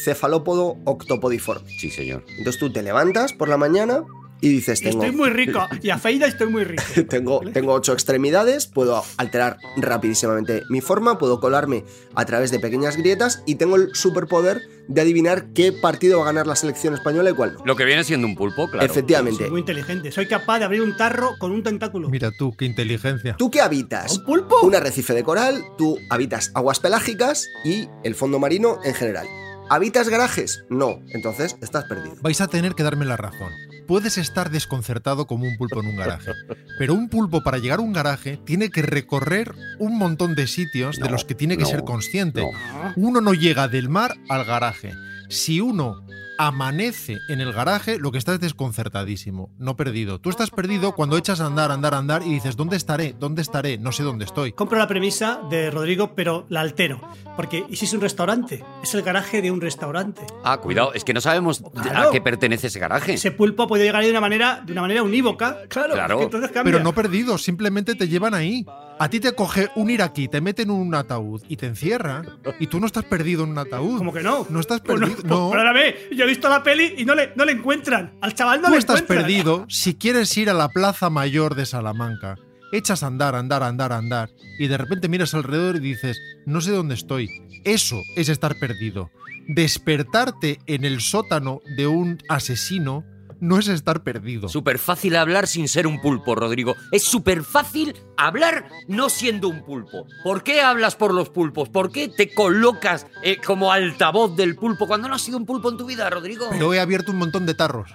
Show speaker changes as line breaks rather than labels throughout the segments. cefalópodo octopodiforme.
Sí, señor.
Entonces tú te levantas por la mañana y dices, tengo...
Estoy muy rico. Y a Feida estoy muy rico.
Tengo, tengo ocho extremidades, puedo alterar rapidísimamente mi forma, puedo colarme a través de pequeñas grietas y tengo el superpoder de adivinar qué partido va a ganar la selección española y cuál no.
Lo que viene siendo un pulpo, claro.
Efectivamente.
Soy muy inteligente. Soy capaz de abrir un tarro con un tentáculo.
Mira tú, qué inteligencia.
¿Tú qué habitas?
¿Un pulpo?
Un arrecife de coral, tú habitas aguas pelágicas y el fondo marino en general. ¿Habitas garajes? No, entonces estás perdido.
Vais a tener que darme la razón. Puedes estar desconcertado como un pulpo en un garaje, pero un pulpo para llegar a un garaje tiene que recorrer un montón de sitios de
No,
los que tiene que
no,
ser consciente.
no.
Uno no llega del mar al garaje. Si uno amanece en el garaje, lo que estás es desconcertadísimo, no perdido. Tú estás perdido cuando echas a andar, andar, andar y dices, ¿dónde estaré? ¿Dónde estaré? No sé dónde estoy.
Compro la premisa de Rodrigo, pero la altero. Porque, ¿y si es un restaurante? Es el garaje de un restaurante.
Ah, cuidado, es que no sabemos
Claro.
a qué pertenece ese garaje.
Ese pulpo puede llegar ahí de una manera, de una manera unívoca. Claro,
Claro.
es que entonces cambia.
Pero no perdido, simplemente te llevan ahí. A ti te coge un iraquí, te mete en un ataúd y te encierra. Y tú no estás perdido en un ataúd.
Como que no.
No estás
Pues
perdido.
pues
No.
Perdóname, yo he visto la peli y no le, no le encuentran. Al chaval no
Tú
le
estás
encuentran.
perdido si quieres ir a la Plaza Mayor de Salamanca. Echas a andar, andar, andar, andar. Y de repente miras alrededor y dices, no sé dónde estoy. Eso es estar perdido. Despertarte en el sótano de un asesino no es estar perdido.
Súper fácil hablar sin ser un pulpo, Rodrigo. Es súper fácil hablar no siendo un pulpo. ¿Por qué hablas por los pulpos? ¿Por qué te colocas eh, como altavoz del pulpo cuando no has sido un pulpo en tu vida, Rodrigo?
Pero he abierto un montón de tarros.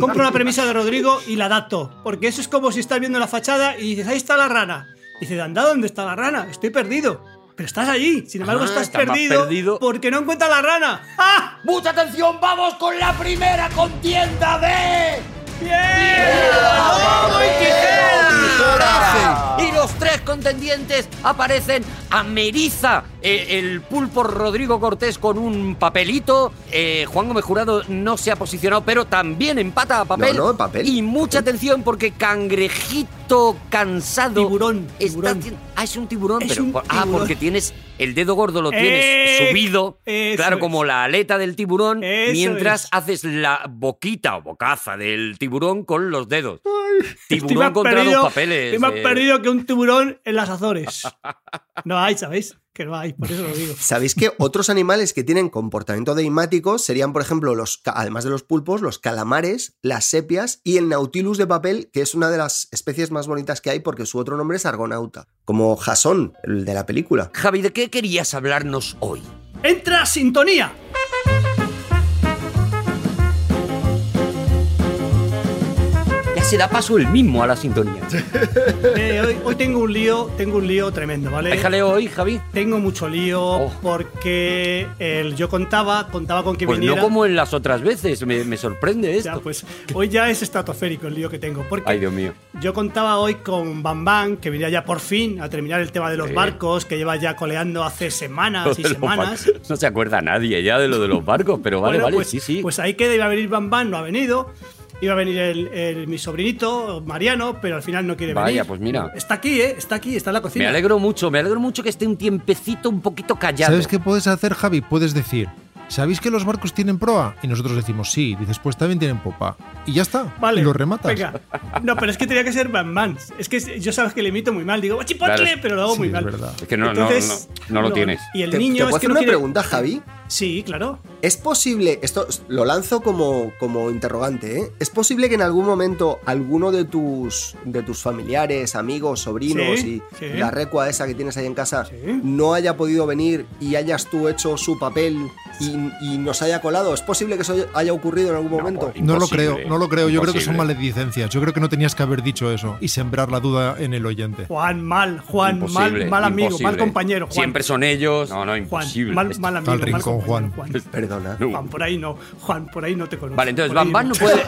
Compro la premisa de Rodrigo y la dato. Porque eso es como si estás viendo la fachada y dices, ahí está la rana. Y dices, anda, ¿dónde está la rana? Estoy perdido. Pero estás allí. Sin embargo,
Ah,
estás
estás más
perdido,
perdido.
porque no encuentras la rana. ¡Ah!
Mucha atención, vamos con la primera contienda de...
Y los tres contendientes aparecen. Ameriza eh, el pulpo Rodrigo Cortés con un papelito. Eh, Juan Gómez Jurado no se ha posicionado, pero también empata a papel.
No, no, papel.
Y mucha atención porque cangrejito cansado.
Tiburón,
está
tiburón.
haciendo- Ah, es un tiburón,
Es
pero.
un
por- Ah,
tiburón.
porque tienes. El dedo gordo lo tienes
Eh,
subido.
eso
Claro,
es.
como la aleta del tiburón.
Eso
mientras
es.
haces la boquita o bocaza del tiburón con los dedos.
Estoy más
Tiburón contra
perdido-
los papeles.
Estoy más
eh.
perdido que un tiburón en las Azores. No hay, ¿sabéis? Que no hay, por eso lo digo.
¿Sabéis que otros animales que tienen comportamiento deimático serían, por ejemplo, los, ca- además de los pulpos, los calamares, las sepias y el nautilus de papel, que es una de las especies más bonitas que hay porque su otro nombre es argonauta, como Jason, el de la película.
Javi, ¿de qué querías hablarnos hoy?
¡Entra sintonía!
Ya se da paso el mismo a la sintonía.
Eh, hoy, hoy tengo un lío, tengo un lío tremendo, ¿vale?
¿Hay jaleo hoy, Javi?
Tengo mucho lío
Oh.
porque el yo contaba, contaba con que
Pues no
viniera.
como en las otras veces, me, me sorprende
Ya,
esto.
pues hoy ya es estratosférico el lío que tengo. Porque
Ay, Dios mío.
Yo contaba hoy con Bam Bam, que venía ya por fin a terminar el tema de los
Sí.
barcos, que lleva ya coleando hace semanas y
Lo de los
semanas.
barcos. No se acuerda nadie ya de lo de los barcos, pero vale,
Bueno,
vale,
pues,
sí, sí.
Pues ahí queda, iba a venir Bam Bam, no ha venido. Iba a venir el, el- mi sobrinito, Mariano, pero al final no quiere
Vaya,
venir.
pues mira.
Está aquí, ¿eh? Está aquí, está en la
me
cocina.
alegro mucho, me alegro mucho que esté un tiempecito un poquito callado.
¿Sabes qué puedes hacer, Javi? Puedes decir, ¿sabéis que los barcos tienen proa? Y nosotros decimos, sí. Dices, pues también tienen popa. Y ya está.
Vale.
Y lo rematas.
Venga. No, pero es que tenía que ser Bam Bam. Es que yo sabes que le imito muy mal. Digo, chipotle,
Claro.
pero lo hago
Sí,
muy
es
mal.
verdad.
Es que no- no- no- no lo tienes.
Y el
¿Te, te
niño
puedo
es que
hacer
no
una
quiere-
pregunta, Javi?
Sí, claro.
¿Es posible, esto lo lanzo como, como interrogante, ¿eh? ¿es posible que en algún momento alguno de tus, de tus familiares, amigos, sobrinos
Sí,
y
sí.
la recua esa que tienes ahí en casa
Sí.
no haya podido venir y hayas tú hecho su papel y, y nos haya colado? ¿Es posible que eso haya ocurrido en algún momento?
pues,
No lo
Imposible,
creo, no lo creo. Yo creo que son
imposible.
maledicencias. Yo creo que no tenías que haber dicho eso y sembrar la duda en el oyente.
Juan, mal, Juan,
Imposible,
mal, mal amigo, mal
imposible.
compañero. Juan.
Siempre son ellos. No, no,
Juan,
imposible.
mal,
Esto-
mal amigo.
al
mal
rincón,
compañero,
Juan.
Perdona.
No.
Juan, por ahí no. Juan, por ahí no te conozco.
Vale, entonces
Por ahí
Bam Bam no puede,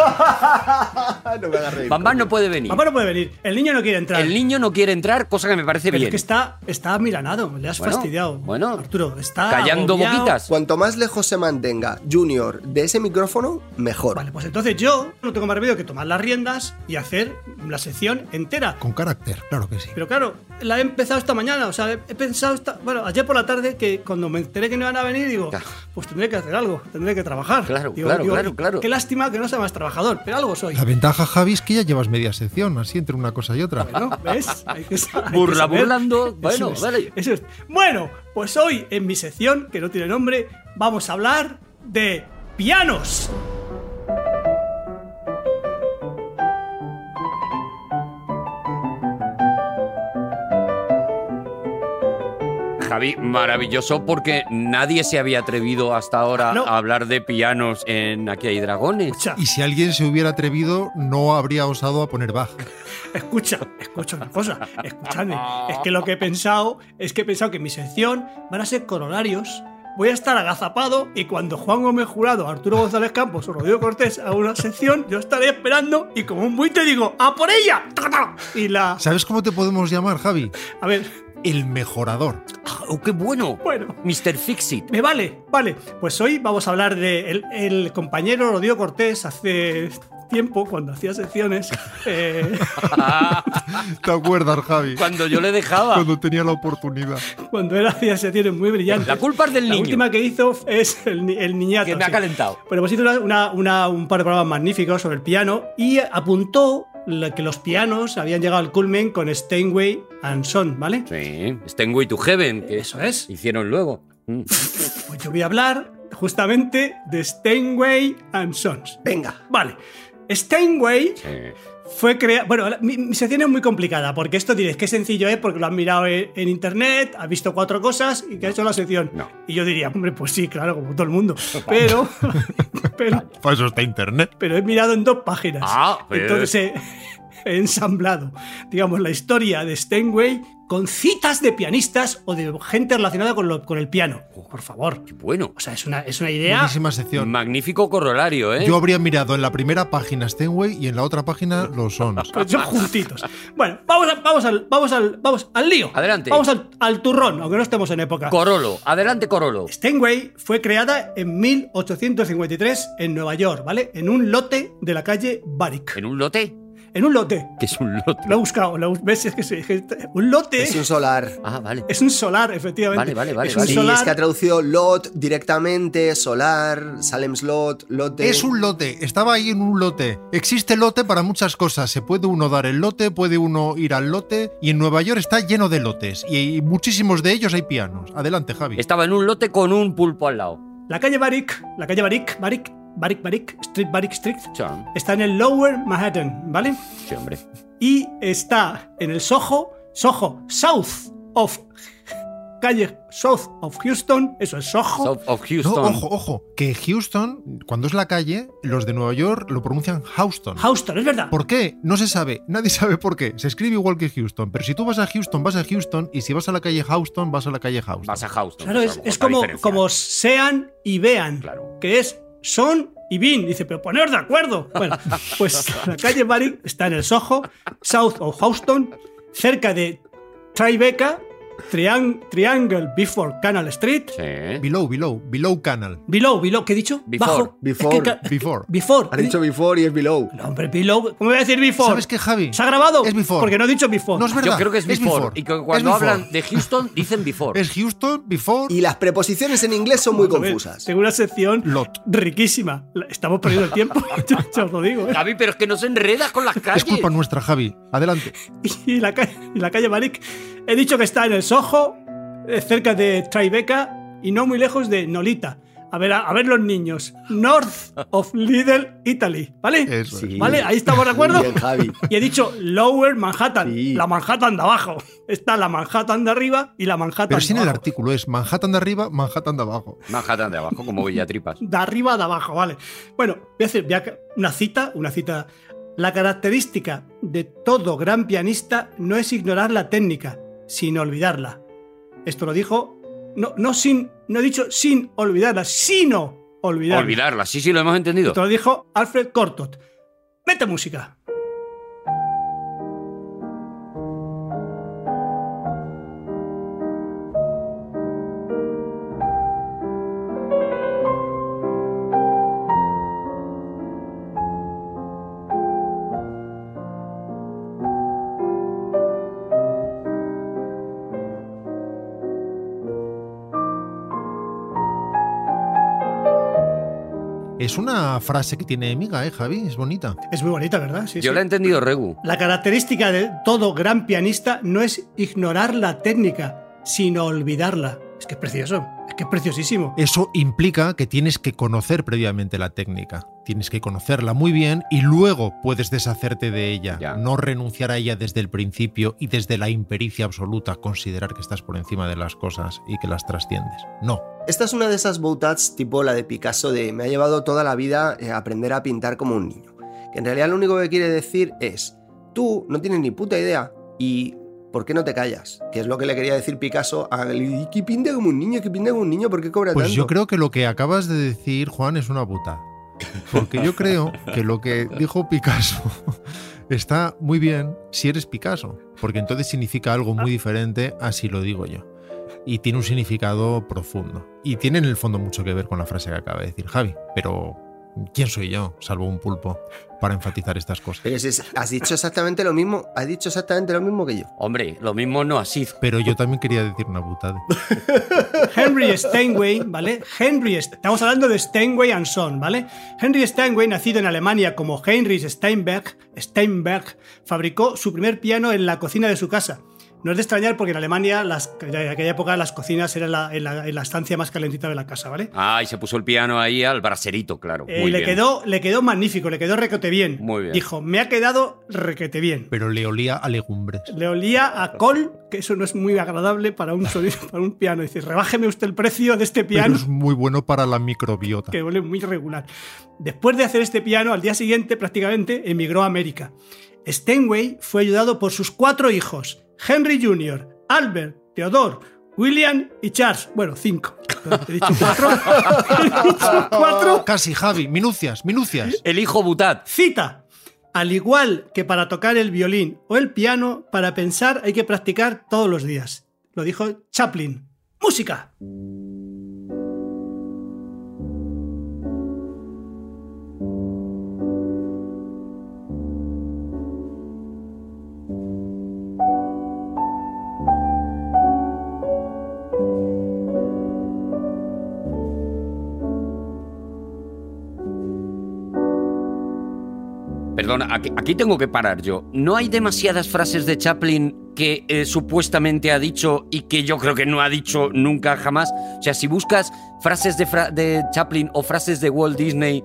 no me hagas reír.
Bam Bam no puede venir.
Bam Bam no puede venir. El niño no quiere entrar.
El niño no quiere entrar, cosa que me parece
Pero es
bien.
que está, está miranado. Le has
Bueno,
fastidiado.
bueno.
Arturo, está.
Callando
agobiado.
boquitas.
Cuanto más lejos se mantenga Junior de ese micrófono, mejor.
Vale, pues entonces yo no tengo más remedio que tomar las riendas y hacer la sección entera.
Con carácter, claro que sí.
Pero claro, la he empezado esta mañana, o sea, he pensado, esta, bueno, ayer por la tarde que cuando me enteré que no iban a venir, digo,
Claro.
pues tendré que hacer algo, tendré que trabajar.
Claro,
Digo,
claro,
digo,
claro, claro.
Qué lástima que no sea más trabajador, pero algo soy.
La ventaja, Javi, es que ya llevas media sección, así entre una cosa y otra.
Bueno, ¿ves? Hay que sa- hay que
Burla
saber.
burlando.
Eso
Bueno,
es,
vale.
eso es. Bueno, pues hoy en mi sección, que no tiene nombre, vamos a hablar de pianos.
Javi, maravilloso porque nadie se había atrevido hasta ahora
No.
a hablar de pianos en Aquí hay dragones.
Escucha,
Y si alguien se hubiera atrevido, no habría osado a poner Bach.
escucha, escucha una cosa, escúchame. Es que lo que he pensado es que he pensado que en mi sección van a ser con horarios. Voy a estar agazapado y cuando Juan Gómez Jurado, Arturo González Campos o Rodrigo Cortés hagan una sección, yo estaré esperando y como un buitre digo, ¡a por ella! Y la...
¿Sabes cómo te podemos llamar, Javi?
A ver,
El mejorador.
¡Oh, qué bueno!
bueno.
Mr. Fixit.
Me vale, vale. Pues hoy vamos a hablar de el, el compañero Rodrigo Cortés hace tiempo, cuando hacía secciones, eh,
¿Te acuerdas, Javi?
Cuando yo le dejaba.
Cuando tenía la oportunidad.
cuando él hacía secciones muy brillantes.
La culpa es del
La
niño.
última que hizo es el, ni- el niñato.
Que me ha
sí.
calentado.
Bueno, pues hizo una- una- una- un par de programas magníficos sobre el piano y apuntó la- que los pianos habían llegado al culmen con Steinway and Son, ¿vale?
Sí, Stengway to Heaven, que
Eso es.
hicieron luego. Mm.
Pues yo voy a hablar justamente de Steinway and Sons.
Venga.
Vale. Steinway
Eh,
Fue creada. Bueno, la- mi, mi sección es muy complicada, porque esto diréis qué sencillo es, porque lo han mirado en, en internet, has visto cuatro cosas y que ha hecho la sección.
No.
Y yo diría, hombre, pues sí, claro, como todo el mundo. Pero, pero,
Para eso está internet.
pero he mirado en dos páginas.
Ah, pues.
Entonces he, he ensamblado, digamos, la historia de Steinway con citas de pianistas o de gente relacionada con, lo- con el piano. Por favor.
Bueno,
O sea, es una, es una idea.
Buenísima sección.
magnífico corolario, ¿eh?
Yo habría mirado en la primera página Steinway y en la otra página los Sons.
Pues son juntitos. Bueno, vamos, a- vamos, al, vamos, al, vamos al lío.
Adelante.
Vamos al, al turrón, aunque no estemos en época.
Corolo, adelante Corolo.
Steinway fue creada en 1853 en Nueva York, ¿vale? En un lote de la calle Varick.
¿En un lote?
en un lote.
Que es un lote.
Lo he buscado, lo he bus- ves, es que sí, es que está- un lote
Es un solar.
Ah, vale.
es un solar, efectivamente.
Vale, vale, vale,
Es un
vale.
Sí,
solar.
es que ha traducido lot directamente, solar, Salem's lot, lote.
Es un lote, estaba ahí en un lote. Existe lote para muchas cosas. Se puede uno dar el lote, puede uno ir al lote. Y en Nueva York está lleno de lotes. Y, y muchísimos de ellos hay pianos. Adelante, Javi.
Estaba en un lote con un pulpo al lado.
La calle Barik, la calle Barik, Barik, Barik, Barik, Street Barik Street,
Chon,
está en el Lower Manhattan, ¿vale?
sí, hombre.
Y está en el Soho, Soho, South of calle South of Houston, eso es Soho.
South of
No,
Houston.
ojo, ojo, que Houston, cuando es la calle, los de Nueva York lo pronuncian Houston.
Houston, es verdad.
¿Por qué? No se sabe, nadie sabe por qué. Se escribe igual que Houston, pero si tú vas a Houston, vas a Houston, y si vas a la calle Houston, vas a la calle Houston.
Vas a Houston.
Claro,
pues a
es,
lo mejor
es
la
como,
diferencia.
como sean y vean,
Claro.
que es son y bin. Dice, pero poneros de acuerdo. Bueno, pues la calle Barik está en el Soho, South of Houston, cerca de Tribeca, Trian- Triangle Before Canal Street.
Sí.
Below, below, below canal.
Below, below, ¿qué he dicho?
Before.
Bajo.
Before.
Es que ca-
Before.
before.
Ha dicho before y es below.
No, hombre, below. ¿Cómo voy a decir before?
¿Sabes qué, Javi?
¿Se ha grabado?
Es before.
Porque no he dicho before.
No es verdad.
Yo creo que es before. Y que cuando
Es before.
hablan de Houston, dicen before.
Es Houston, before,
Y las preposiciones en inglés son muy
Vamos a ver,
confusas.
Tengo una sección
lot.
riquísima. La- Estamos perdiendo el tiempo. yo, yo os lo digo. ¿eh?
Javi, pero es que nos enredas con las calles.
Es culpa nuestra, Javi. Adelante.
y la, ca- y la calle Barik. He dicho que está en el Soho, eh, cerca de Tribeca y no muy lejos de Nolita. A ver, a, a ver los niños. North of Little Italy, ¿vale?
Eso es.
Sí.
¿Vale? Ahí estamos de acuerdo.
Muy bien, Javi.
Y he dicho Lower Manhattan,
Sí.
la Manhattan de abajo. Está la Manhattan de arriba y la Manhattan
Pero
de,
si en el
abajo.
artículo es Manhattan de arriba, Manhattan de abajo.
Manhattan de abajo, como Villatripas.
de arriba a de abajo, vale. Bueno, voy a hacer voy a- una cita, una cita. La característica de todo gran pianista no es ignorar la técnica, sino olvidarla. Esto lo dijo, no, no sin, no he dicho sin olvidarla, sino olvidarla.
Olvidarla, sí, sí, lo hemos entendido.
Esto lo dijo Alfred Cortot. Mete música.
Es una frase que tiene miga, ¿eh, Javi? Es bonita.
Es muy bonita, ¿verdad? Sí,
Yo
sí.
la he entendido, Regu.
La característica de todo gran pianista no es ignorar la técnica, sino olvidarla. Es que es precioso, es que es preciosísimo.
Eso implica que tienes que conocer previamente la técnica. Tienes que conocerla muy bien y luego puedes deshacerte de ella.
Ya.
No renunciar a ella desde el principio y desde la impericia absoluta, considerar que estás por encima de las cosas y que las trasciendes. No.
Esta es una de esas bow-tats tipo la de Picasso de me ha llevado toda la vida eh, aprender a pintar como un niño. Que en realidad lo único que quiere decir es, tú no tienes ni puta idea y ¿por qué no te callas? Que es lo que le quería decir Picasso a y que pinte como un niño, que pinte como un niño, ¿por qué cobra
Pues
tanto?
yo creo que lo que acabas de decir, Juan, es una puta. Porque yo creo que lo que dijo Picasso está muy bien si eres Picasso, porque entonces significa algo muy diferente a si lo digo yo. Y tiene un significado profundo. Y tiene en el fondo mucho que ver con la frase que acaba de decir Javi. Pero, ¿quién soy yo, salvo un pulpo, para enfatizar estas cosas?
Pero si es- has dicho exactamente lo mismo, has dicho exactamente lo mismo que yo.
Hombre, lo mismo no ha sido.
Pero yo también quería decir una putada.
Henry Steinway, ¿vale? Henry, estamos hablando de Steinway and Son, ¿vale? Henry Steinway, nacido en Alemania como Heinrich Steinberg, Steinberg, fabricó su primer piano en la cocina de su casa. No es de extrañar porque en Alemania, las, en aquella época, las cocinas eran la, en la- en la estancia más calentita de la casa, ¿vale?
Ah, y se puso el piano ahí al braserito, claro.
Eh,
Muy
le,
bien.
quedó, le quedó magnífico, le quedó requete bien.
Muy bien.
Dijo, me ha quedado requete bien.
Pero le olía a legumbres.
Le olía a col, que eso no es muy agradable para un, sonido, para un piano. Dice, rebájeme usted el precio de este
Pero
piano.
es muy bueno para la microbiota.
que vuelve muy regular. Después de hacer este piano, al día siguiente prácticamente emigró a América. Steinway fue ayudado por sus cuatro hijos, Henry Jr., Albert, Theodore, William y Charles. Bueno, cinco. He dicho cuatro. He dicho cuatro.
Casi, Javi, minucias, minucias.
El hijo Butat.
Cita. Al igual que para tocar el violín o el piano, para pensar hay que practicar todos los días. Lo dijo Chaplin. Música.
Perdona, aquí, aquí tengo que parar yo. No hay demasiadas frases de Chaplin que eh, supuestamente ha dicho y que yo creo que no ha dicho nunca jamás. O sea, si buscas frases de, fra- de Chaplin o frases de Walt Disney,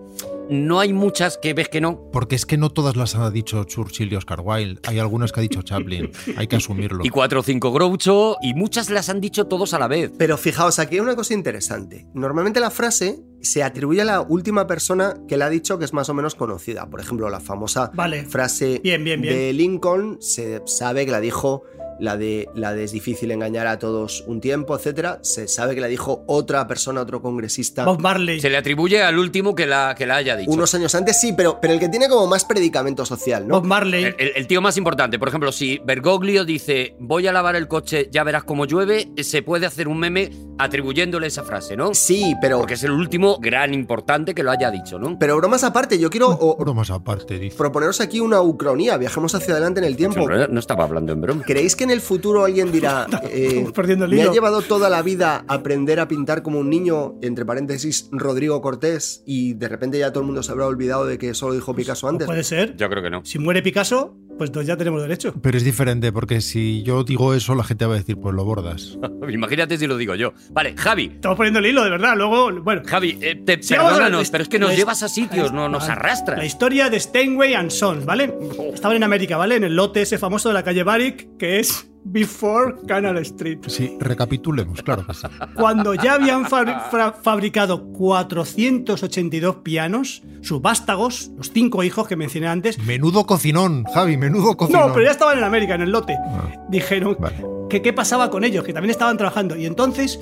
no hay muchas que ves que no.
Porque es que no todas las ha dicho Churchill y Oscar Wilde. Hay algunas que ha dicho Chaplin. Hay que asumirlo.
Y cuatro o cinco Groucho, y muchas las han dicho todos a la vez.
Pero fijaos, aquí hay una cosa interesante. Normalmente la frase se atribuye a la última persona que la ha dicho que es más o menos conocida. Por ejemplo, la famosa
Vale.
frase
Bien, bien, bien.
de Lincoln se sabe que la dijo la de, la de es difícil engañar a todos un tiempo, etcétera. Se sabe que la dijo otra persona, otro congresista.
Bob Marley.
Se le atribuye al último que la, que la haya dicho.
Unos años antes, sí, pero, pero el que tiene como más predicamento social, ¿no?
Bob Marley.
Eh,
El, el- el tío más importante, por ejemplo, si Bergoglio dice voy a lavar el coche, ya verás cómo llueve, se puede hacer un meme atribuyéndole esa frase, ¿no?
Sí, pero,
Porque es el último gran importante que lo haya dicho, ¿no?
pero bromas aparte, yo quiero o- o
Bromas aparte, dice.
proponeros aquí una ucronía. Viajemos hacia adelante en el tiempo.
Yo no- no estaba hablando en
¿eh?
broma.
¿Creéis que en el futuro alguien dirá, eh,
Estamos perdiendo el
me ha
hilo".
llevado toda la vida a aprender a pintar como un niño, entre paréntesis, Rodrigo Cortés, y de repente ya todo el mundo se habrá olvidado de que solo dijo Picasso
¿O
antes?
Pues, puede ser.
Yo creo que no.
Si muere Picasso, pues entonces ya tenemos derecho.
Pero es diferente, porque si yo digo eso, la gente va a decir, pues lo bordas.
Imagínate si lo digo yo. Vale, Javi.
Estamos poniendo el hilo, de verdad. Luego, bueno.
Javi, eh, te,
Sí, vamos a ver,
perdónanos,
la-
pero es que nos
la-
llevas a sitios, no, nos
Vale. La
arrastras.
historia de Steinway and Sons, ¿vale? Estaban en América, ¿vale? En el lote ese famoso de la calle Barrick, que es Before Canal Street.
Sí, recapitulemos, claro que sí.
Cuando ya habían fabri- fra- fabricado 482 pianos, sus vástagos, los cinco hijos que mencioné antes,
Menudo cocinón, Javi, menudo cocinón.
no, pero ya estaban en América, en el lote.
Ah,
Dijeron
vale.
que qué pasaba con ellos, que también estaban trabajando. Y entonces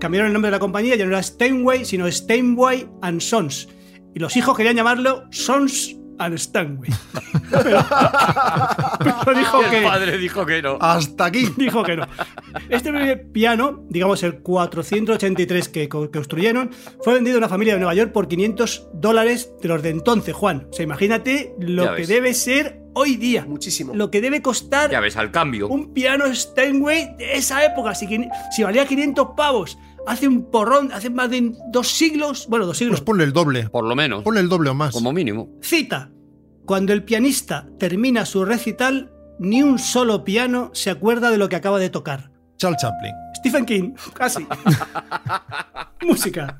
cambiaron el nombre de la compañía, ya no era Steinway, sino Steinway and Sons. Y los hijos querían llamarlo Sons and Steinway. Pero, pero dijo
El
que,
padre dijo que no.
Hasta aquí.
dijo que no. Este primer piano, digamos el 483 que co- construyeron, fue vendido a una familia de Nueva York por 500 dólares de los de entonces, Juan. O sea, imagínate lo
Ya
que
ves.
debe ser hoy día.
Muchísimo.
Lo que debe costar
Ya ves, al cambio.
un piano Steinway de esa época. Si, quin- si valía 500 pavos, hace un porrón, hace más de dos siglos. Bueno, dos siglos.
Pues ponle el doble.
Por lo menos.
Ponle el doble o más.
Como mínimo.
Cita. Cuando el pianista termina su recital, ni un solo piano se acuerda de lo que acaba de tocar.
Charles Chaplin.
Stephen King, casi. Música.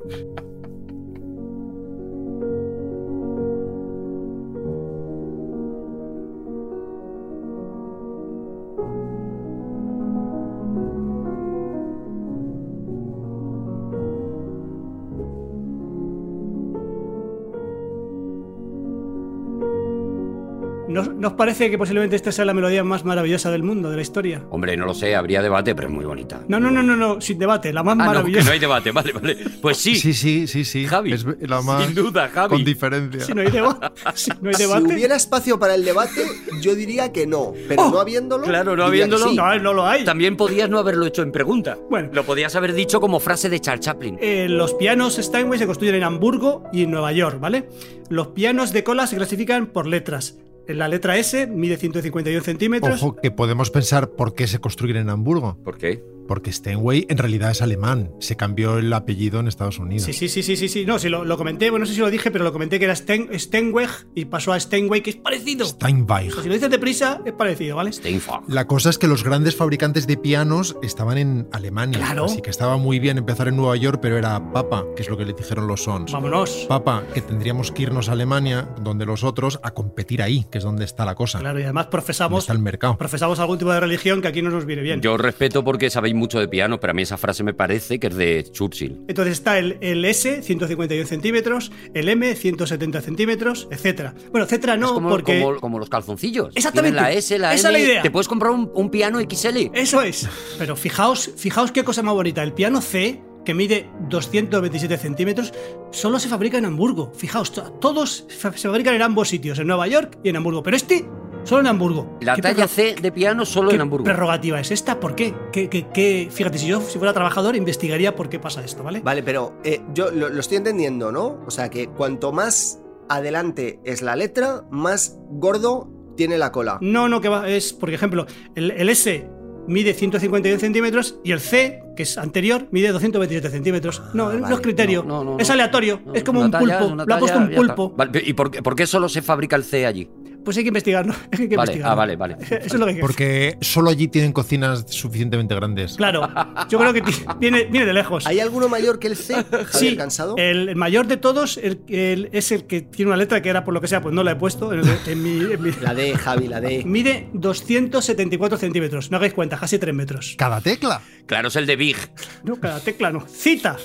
¿Nos, nos parece que posiblemente esta sea la melodía más maravillosa del mundo, de la historia?
Hombre, no lo sé, habría debate, pero es muy bonita.
No, no, no, no, no, sin debate, la más
Ah, no, que
maravillosa.
no hay debate, vale, vale. Pues sí,
Sí, sí, sí, sí.
Javi.
Es la más.
Sin duda, Javi.
Con diferencia.
Si no hay debate, si no hay
si
debate. Oh,
hubiera espacio para el debate, yo diría que no, pero no habiéndolo.
claro,
diría
no
que
habiéndolo,
sí.
No, no lo hay.
También podías no haberlo hecho en pregunta.
Bueno.
Lo podías haber dicho como frase de Charles Chaplin.
Eh, los pianos Steinway se construyen en Hamburgo y en Nueva York, ¿vale? Los pianos de cola se clasifican por letras. La letra S mide 151 centímetros.
Ojo, que podemos pensar por qué se construyen en Hamburgo.
¿Por qué?
Porque Steinway en realidad es alemán. Se cambió el apellido en Estados Unidos.
Sí, sí, sí, sí, sí, sí. No, sí, lo, lo comenté, bueno, no sé si lo dije, pero lo comenté que era Stein, Steinweg y pasó a Steinway, que es parecido.
Steinway.
Si lo dices deprisa, es parecido, ¿vale?
Steinfeld.
La cosa es que los grandes fabricantes de pianos estaban en Alemania.
Claro.
Así que estaba muy bien empezar en Nueva York, pero era papa, que es lo que le dijeron los Sons.
Vámonos.
Papa, que tendríamos que irnos a Alemania, donde los otros, a competir ahí, que es donde está la cosa.
Claro, y además
donde
profesamos,
está el mercado.
profesamos algún tipo de religión que aquí no nos viene bien.
Yo respeto porque sabéis mucho de piano, pero a mí esa frase me parece que es de Churchill.
Entonces está el, el S, 151 centímetros, el M, 170 centímetros, etcétera. Bueno, etcétera no,
es como,
porque.
como, como los calzoncillos.
Exactamente.
Tienen la S, la
Esa
M,
es la idea. Eh,
Te puedes comprar un, un piano XL.
Eso es. Pero fijaos, fijaos qué cosa más bonita. El piano C, que mide 227 centímetros, solo se fabrica en Hamburgo. Fijaos, to- todos fa- se fabrican en ambos sitios, en Nueva York y en Hamburgo. Pero este, solo en Hamburgo.
La
¿Qué
talla
prerro-
C de piano solo
¿Qué
en Hamburgo.
prerrogativa es esta? ¿Por qué? ¿Qué, qué, qué? Fíjate, si yo si fuera trabajador investigaría por qué pasa esto, ¿vale?
Vale, pero eh, yo lo, lo estoy entendiendo, ¿no? O sea, que cuanto más adelante es la letra, más gordo tiene la cola.
No, no, que va, es, por ejemplo, el, el S mide 152 centímetros y el C, que es anterior, mide 227 centímetros. No,
Ah,
no es
vale.
criterio,
No, no, no,
es
no.
aleatorio,
No,
es como
una
un
talla,
pulpo,
una
lo ha puesto
talla,
un
ya está.
pulpo.
Vale, ¿Y por qué, por qué solo se fabrica el C allí?
Pues hay que investigarlo. Hay que
Vale,
investigarlo.
ah, vale, vale.
Eso es lo que hay que
Porque solo allí tienen cocinas suficientemente grandes.
Claro, yo creo que ti- viene, viene de lejos.
¿Hay alguno mayor que el C? Javier
Sí, eh,
Cansado.
el el mayor de todos el- el- es el que tiene una letra que era por lo que sea, pues no la he puesto. en- en mi- en mi-
La D, Javi, la D.
mide 274 centímetros, no hagáis cuenta, casi 3 metros.
Cada tecla.
Claro, es el de Big.
No, cada tecla no. Cita.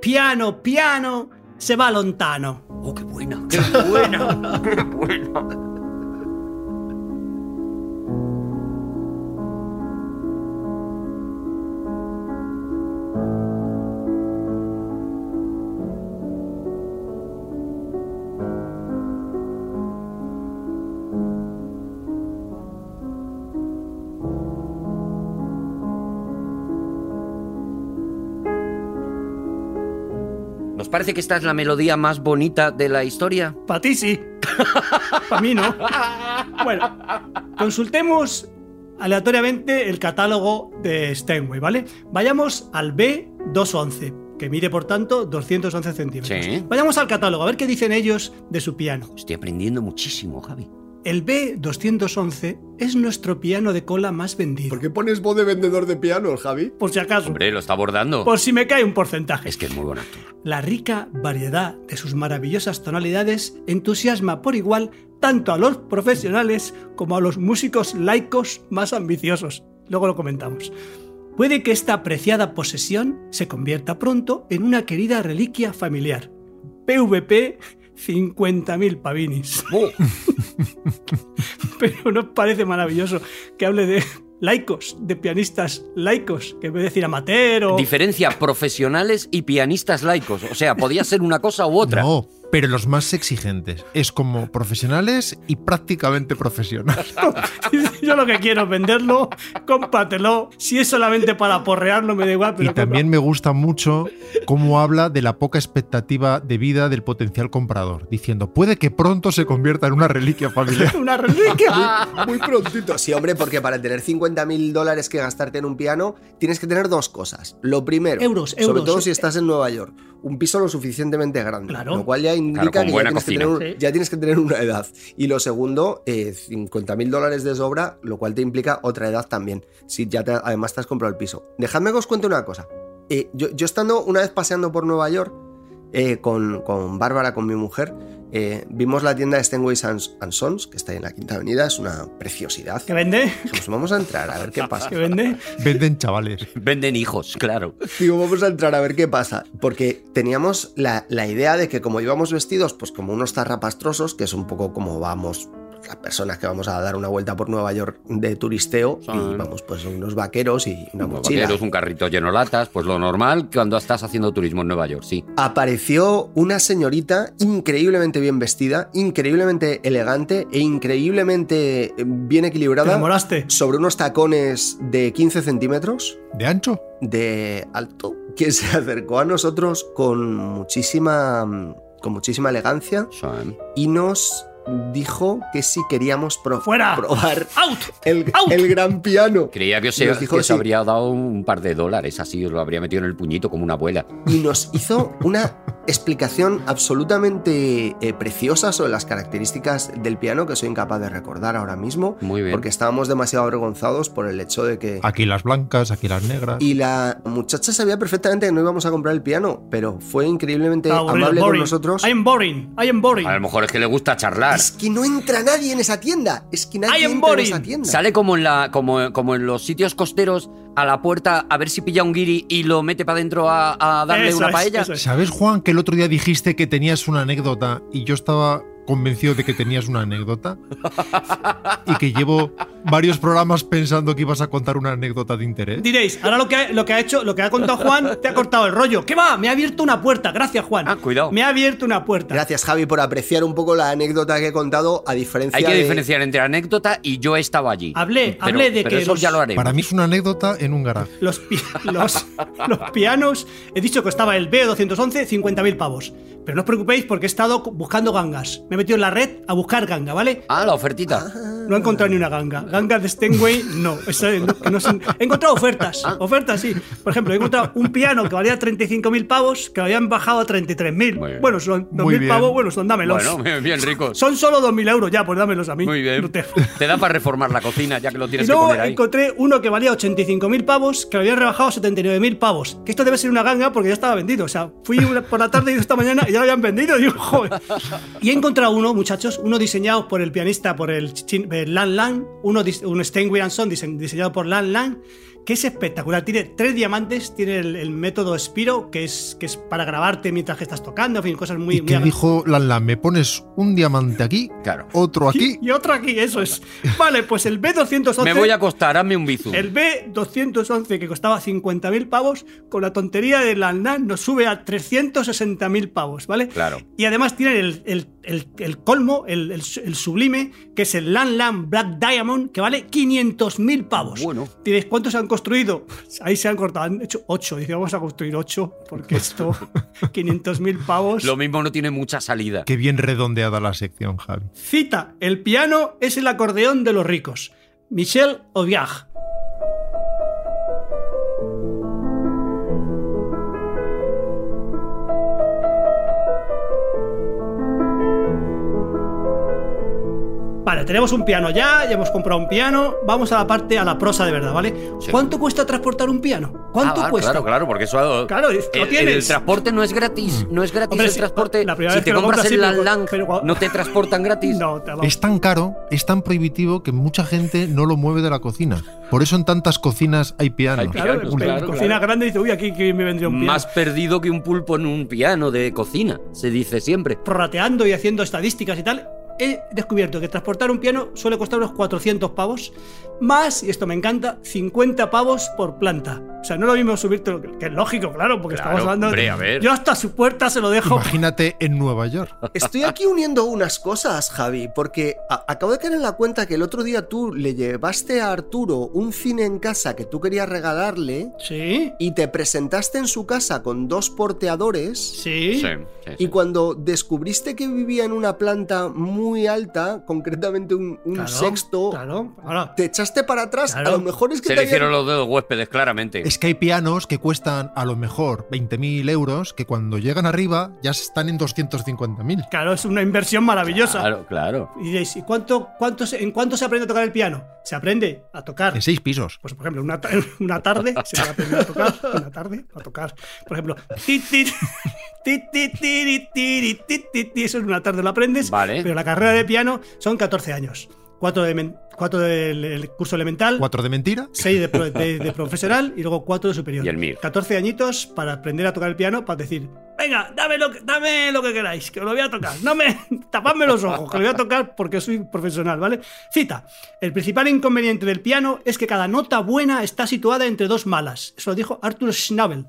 Piano, piano, se va lontano.
Oh, qué buena. Qué buena. qué buena. ¿Nos parece que esta es la melodía más bonita de la historia?
Para ti sí. Para mí no. Bueno, consultemos aleatoriamente el catálogo de Steinway, ¿vale? Vayamos al B211, que mide por tanto 211 centímetros.
Sí.
Vayamos al catálogo, a ver qué dicen ellos de su piano.
Estoy aprendiendo muchísimo, Javi.
El B211 es nuestro piano de cola más vendido.
¿Por qué pones voz de vendedor de piano, Javi?
Por si acaso.
Hombre, lo está abordando.
Por si me cae un porcentaje.
Es que es muy buen actor.
La rica variedad de sus maravillosas tonalidades entusiasma por igual tanto a los profesionales como a los músicos laicos más ambiciosos. Luego lo comentamos. Puede que esta apreciada posesión se convierta pronto en una querida reliquia familiar. PVP 50.000 pavinis.
Oh,
Pero ¿no os parece maravilloso que hable de laicos, de pianistas laicos, que en vez de decir amateur o...
Diferencia profesionales y pianistas laicos. O sea, podía ser una cosa u otra.
No, pero los más exigentes. Es como profesionales y prácticamente profesionales.
Yo lo que quiero es venderlo, cómpratelo. Si es solamente para porrearlo, me da igual. Pero
Y también me gusta mucho cómo habla de la poca expectativa de vida del potencial comprador, diciendo, puede que pronto se convierta en una reliquia familiar.
compra Una reliquia.
Muy prontito. Sí, hombre, porque para tener 50 mil dólares que gastarte en un piano, tienes que tener dos cosas. Lo primero,
Euros,
sobre
euros.
todo si estás en Nueva York, un piso lo suficientemente grande.
Claro.
Lo cual ya indica
con
que, ya
buena
tienes que,
cocina.
tener, un-
Sí.
ya tienes que tener una edad. Y lo segundo, eh, 50 mil dólares de sobra, lo cual te implica otra edad también. Si ya te- además te has comprado el piso. Dejadme que os cuente una cosa. Eh, yo, yo estando una vez paseando por Nueva York eh, con, con Bárbara, con mi mujer, eh, vimos la tienda Steinway Sans- and Sons, que está ahí en la Quinta Avenida, es una preciosidad.
¿Qué vende?
Dijimos, vamos a entrar a ver qué pasa.
¿Qué vende?
Venden chavales.
Venden hijos, claro.
Digo, vamos a entrar a ver qué pasa. Porque teníamos la, la idea de que como íbamos vestidos, pues como unos tarrapastrosos, que es un poco como vamos las personas que vamos a dar una vuelta por Nueva York de turisteo, y
Son-
vamos pues unos vaqueros y una
Como
mochila.
vaqueros, un carrito lleno de latas, pues lo normal cuando estás haciendo turismo en Nueva York, sí.
apareció una señorita increíblemente bien vestida, increíblemente elegante e increíblemente eh, bien
Te
equilibrada
enamoraste.
sobre unos tacones de 15 centímetros
¿De ancho?
de alto que se acercó a nosotros con muchísima mm, con muchísima elegancia
Son-
y nos dijo que si queríamos pro-
¡Fuera!
probar
¡Out!
el,
¡Out!
el gran piano
Creía que, os,
Nos dijo
que
que
os
sí.
habría dado un par de dólares, así os lo habría metido en el puñito como una abuela.
y nos hizo una explicación absolutamente eh, preciosa sobre las características del piano que soy incapaz de recordar ahora mismo
Muy bien. Ah,
porque estábamos demasiado avergonzados por el hecho de que
Aquí las blancas, aquí las negras.
Y la muchacha sabía perfectamente que no íbamos a comprar el piano, pero fue increíblemente
Está aburrido,
amable con
boring.
nosotros.
I am boring. I am boring.
A lo mejor es que le gusta charlar.
Es que no entra nadie en esa tienda. Es que
I
nadie
am
entra en
boring.
esa tienda.
Sale como en, la, como, como en los sitios costeros a la puerta a ver si pilla un guiri y lo mete para adentro a, a darle
Eso
una
es,
paella.
eso es.
¿Sabes, Juan, que el otro día dijiste que tenías una anécdota y yo estaba convencido de que tenías una anécdota? Y que llevo varios programas pensando que ibas a contar una anécdota de interés.
Diréis, ahora lo que, ha, lo que ha hecho, lo que ha contado Juan, te ha cortado el rollo. ¿Qué va? Me ha abierto una puerta. Gracias, Juan.
Ah, cuidado.
Me ha abierto una puerta.
Gracias, Javi, por apreciar un poco la anécdota que he contado, a diferencia
Hay que
de-
diferenciar entre anécdota y yo estaba allí.
¿eh? Hablé-
Pero-
hablé de
pero
que
eso
los-
ya lo haré.
Para mí es una anécdota en un garaje.
Los, pi- los, los pianos, he dicho que costaba el B211 50.000 pavos. Pero no os preocupéis porque he estado buscando gangas. Me he metido en la red a buscar ganga, ¿vale?
Ah, la ofertita.
No he encontrado ni una ganga. ganga de Steinway, no. Esa es- no- que no son- he encontrado ofertas,
Ah.
ofertas, sí. Por ejemplo, he encontrado un piano que valía 35.000 pavos, que lo habían bajado a
Muy
33.000.
bien.
Bueno, son
Muy
2.000
bien.
pavos, bueno, son dámelos.
Bueno, bien, bien rico.
Son solo 2.000 euros ya, pues dámelos a mí.
Muy bien.
No te-
Te da para reformar la cocina, ya que lo
Y
tienes que
luego
poner ahí.
encontré uno que valía 85.000 pavos, que lo habían rebajado a 79.000 pavos. Que esto debe ser una ganga porque ya estaba vendido. O sea, fui una- por la tarde y esta mañana y ya lo habían vendido. Y, digo, joder. y he encontrado uno, muchachos, uno diseñado por el pianista, por el chin- eh, Lan Lan, uno, dis- un Steinway and Son dise- diseñado por Lan Lan, que es espectacular. Tiene tres diamantes, tiene el, el método Spiro, que es, que es para grabarte mientras que estás tocando, en fin, cosas muy...
y que
muy
dijo Lan Lan, me pones un diamante aquí,
Claro.
otro aquí.
Y, y otro aquí, eso es. Vale, pues el B211...
Me voy a acostar, hazme un bizum.
El B211, que costaba 50.000 pavos, con la tontería de la NAN nos sube a 360.000 pavos, ¿vale?
Claro.
Y además tienen el, el- el- el colmo, el, el su- el sublime, que es el Lan Lan Black Diamond, que vale 500.000 pavos.
Bueno.
Diréis, ¿cuántos se han construido? Pues Ahí se han cortado, han hecho 8. Dice, vamos a construir 8, porque esto, 500.000 pavos.
Lo mismo no tiene mucha salida.
Qué bien redondeada la sección, Javi.
Cita, el piano es el acordeón de los ricos. Michel Aubiard. Vale, tenemos un piano ya, ya hemos comprado un piano. Vamos a la parte, a la prosa de verdad, ¿vale?
Sí.
¿Cuánto cuesta transportar un piano? ¿Cuánto
Ah, va,
cuesta?
Claro, claro, porque eso. ha-
Claro, lo
el,
tienes.
el transporte no es gratis. No es gratis
Hombre,
el
sí,
transporte.
la primera
si
vez
te
que lo
compras
compras,
el
sí,
Lang
pero-
Lang,
pero cuando-
no te transportan gratis. Este
No, te lo-
Es tan caro, es tan prohibitivo que mucha gente no lo mueve de la cocina. Por eso en tantas cocinas hay piano.
Hay piano.
Claro,
Claro,
en
claro,
cocina
claro.
grande dice, uy, aquí que me vendría un piano.
Más perdido que un pulpo en un piano de cocina, se dice siempre.
prorrateando y haciendo estadísticas y tal, he descubierto que transportar un piano suele costar unos 400 pavos, más, y esto me encanta, 50 pavos por planta. O sea, no es lo mismo subirte, lo que, que es lógico, claro, porque
Claro,
estamos hablando.
hombre, a ver.
Yo hasta su puerta se lo dejo.
Imagínate en Nueva York.
Estoy aquí uniendo unas cosas, Javi, porque a- acabo de caer en la cuenta que el otro día tú le llevaste a Arturo un cine en casa que tú querías regalarle
Sí,
y te presentaste en su casa con dos porteadores.
sí.
Y cuando descubriste que vivía en una planta muy alta, concretamente un, un
claro,
sexto,
Claro, ahora.
te echaste para atrás.
Claro.
A lo mejor es que
Se
te
le hicieron
habían-
los dedos huéspedes, claramente.
Es que hay pianos que cuestan a lo mejor 20.000 euros que cuando llegan arriba ya están en 250.000.
Claro, es una inversión maravillosa.
Claro, claro.
Y diréis, ¿y cuánto, cuánto se- en cuánto se aprende a tocar el piano? Se aprende a tocar
En seis pisos.
Pues, por ejemplo, una, ta- una tarde se va a aprender a tocar. Una tarde a tocar. Por ejemplo, ti, ti, ti, ti, ti, ti, ti, ti, ti, eso en una tarde lo aprendes.
Vale.
Pero la carrera de piano son 14 años. 4 del el curso elemental,
Cuatro de mentira.
6 de, pro- de- de profesional y luego 4 de superior.
Y el MIR.
14 añitos para aprender a tocar el piano, para decir, venga, dame lo que, dame lo que queráis, que lo voy a tocar. No me tapadme los ojos, que lo voy a tocar porque soy profesional, ¿vale? Cita. El principal inconveniente del piano es que cada nota buena está situada entre dos malas. Eso lo dijo Arthur Schnabel.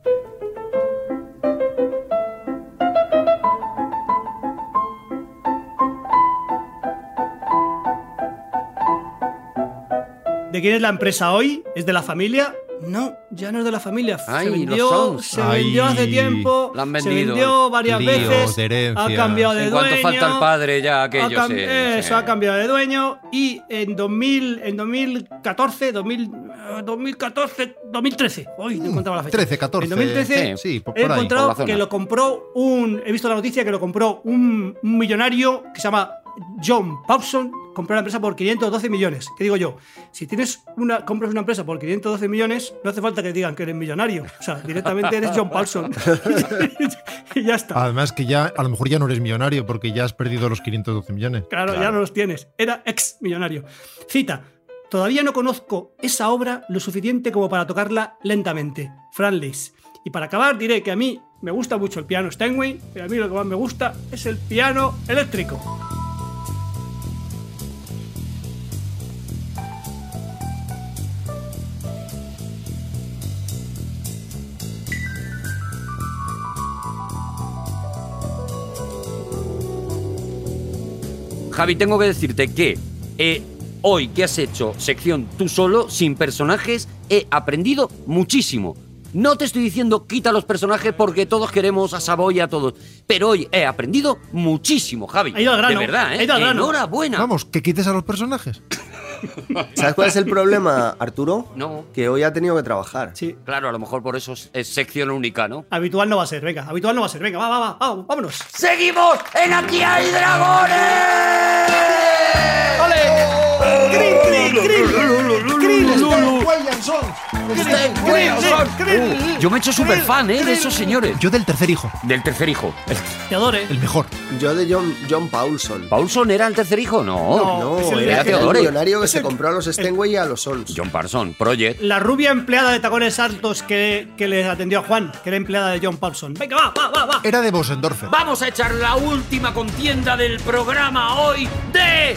¿De quién es la empresa hoy? ¿Es de la familia? No, ya no es de la familia.
Ay,
se
los
vendió,
Sons.
se
Ay,
vendió hace tiempo.
la han
se
vendido.
vendió varias
Líos
veces.
de herencias.
ha cambiado de
En cuanto
dueño,
falta el padre, ya
ha
aquello
cam-
se.
eso,
se-
ha cambiado de dueño. Y en, 2000, en 2014, 2000, eh, 2014, 2013. Hoy
Mm,
no encontraba la fecha.
13, 14.
En 2013
Sí, por,
He
por ahí.
por la
encontrado
zona.
que lo compró un. He visto la noticia que lo compró un, un millonario que se llama John Paulson. Compró la empresa por 512 millones. ¿Qué digo yo? Si tienes una, compras una empresa por 512 millones, no hace falta que digan que eres millonario. O sea, directamente eres John Paulson. y ya está.
Además que ya a lo mejor ya no eres millonario porque ya has perdido los 512 millones.
Claro, ya no los tienes. Era ex millonario. Cita. Todavía no conozco esa obra lo suficiente como para tocarla lentamente. Fran Lis. Y para acabar diré que a mí me gusta mucho el piano Steinway, pero a mí lo que más me gusta es el piano eléctrico.
Javi, tengo que decirte que eh, hoy que has hecho sección tú solo, sin personajes, he aprendido muchísimo. No te estoy diciendo quita los personajes porque todos queremos a Savoy y a todos, pero hoy he aprendido muchísimo, Javi.
Ha ido al grano,
De verdad, ¿eh?
ha ido al grano.
Enhorabuena.
Vamos, que quites a los personajes.
¿Sabes cuál es el problema, Arturo?
No.
Que hoy ha tenido que trabajar.
Sí.
Claro, a lo mejor por eso es, es sección única, ¿no?
Habitual no va a ser, venga, habitual no va a ser, venga, va, va, va, va, vámonos.
¡Seguimos en Aquí hay dragones!
¡Crin, crin, crin! ¡Crin,
Yo me he hecho súper fan, ¿eh? De esos señores.
Yo del tercer hijo,
Del tercer hijo.
Te adore.
el mejor.
Yo de John, John Paulson.
¿Paulson era el tercer hijo? No.
No.
No,
es el
era
de-
el
Theodore.
millonario que se compró a los Stenway y a los Sons.
John Parson, Project.
La rubia empleada de tacones altos que, que les atendió a Juan, que era empleada de John Paulson. Venga, va, va, va, va.
Era de Bosendorfer.
Vamos a echar la última contienda del programa hoy de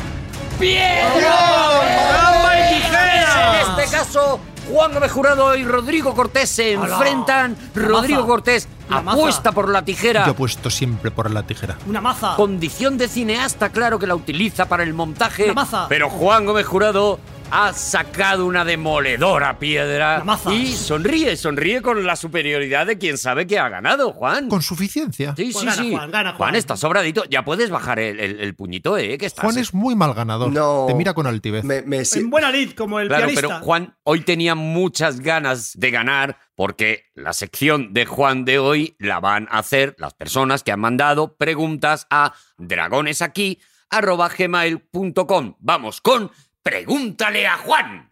piedra, papel y tijeras. En este caso, Juan Gómez Jurado y Rodrigo Cortés se
Ala.
enfrentan.
La
Rodrigo
maza.
Cortés
La maza.
apuesta por la tijera.
Yo apuesto siempre por la tijera.
Una maza.
Condición de cineasta, claro que la utiliza para el montaje.
La maza.
Pero Juan Gómez Jurado ha sacado una demoledora piedra
La maza.
y sonríe, sonríe con la superioridad de quien sabe que ha ganado,
Mm.
Juan.
Con suficiencia.
Sí,
Pues
sí,
gana
sí.
Juan, gana Juan.
está sobradito. Ya puedes bajar el, el- el puñito, ¿eh? Que estás.
Juan es muy mal ganador.
No.
Te mira con altivez.
Me, me si-
En buena lid, como el
Claro,
pianista.
pero Juan hoy tenía muchas ganas de ganar porque la sección de Juan de hoy la van a hacer las personas que han mandado preguntas a dragonesaquí.com. Vamos con Pregúntale a Juan.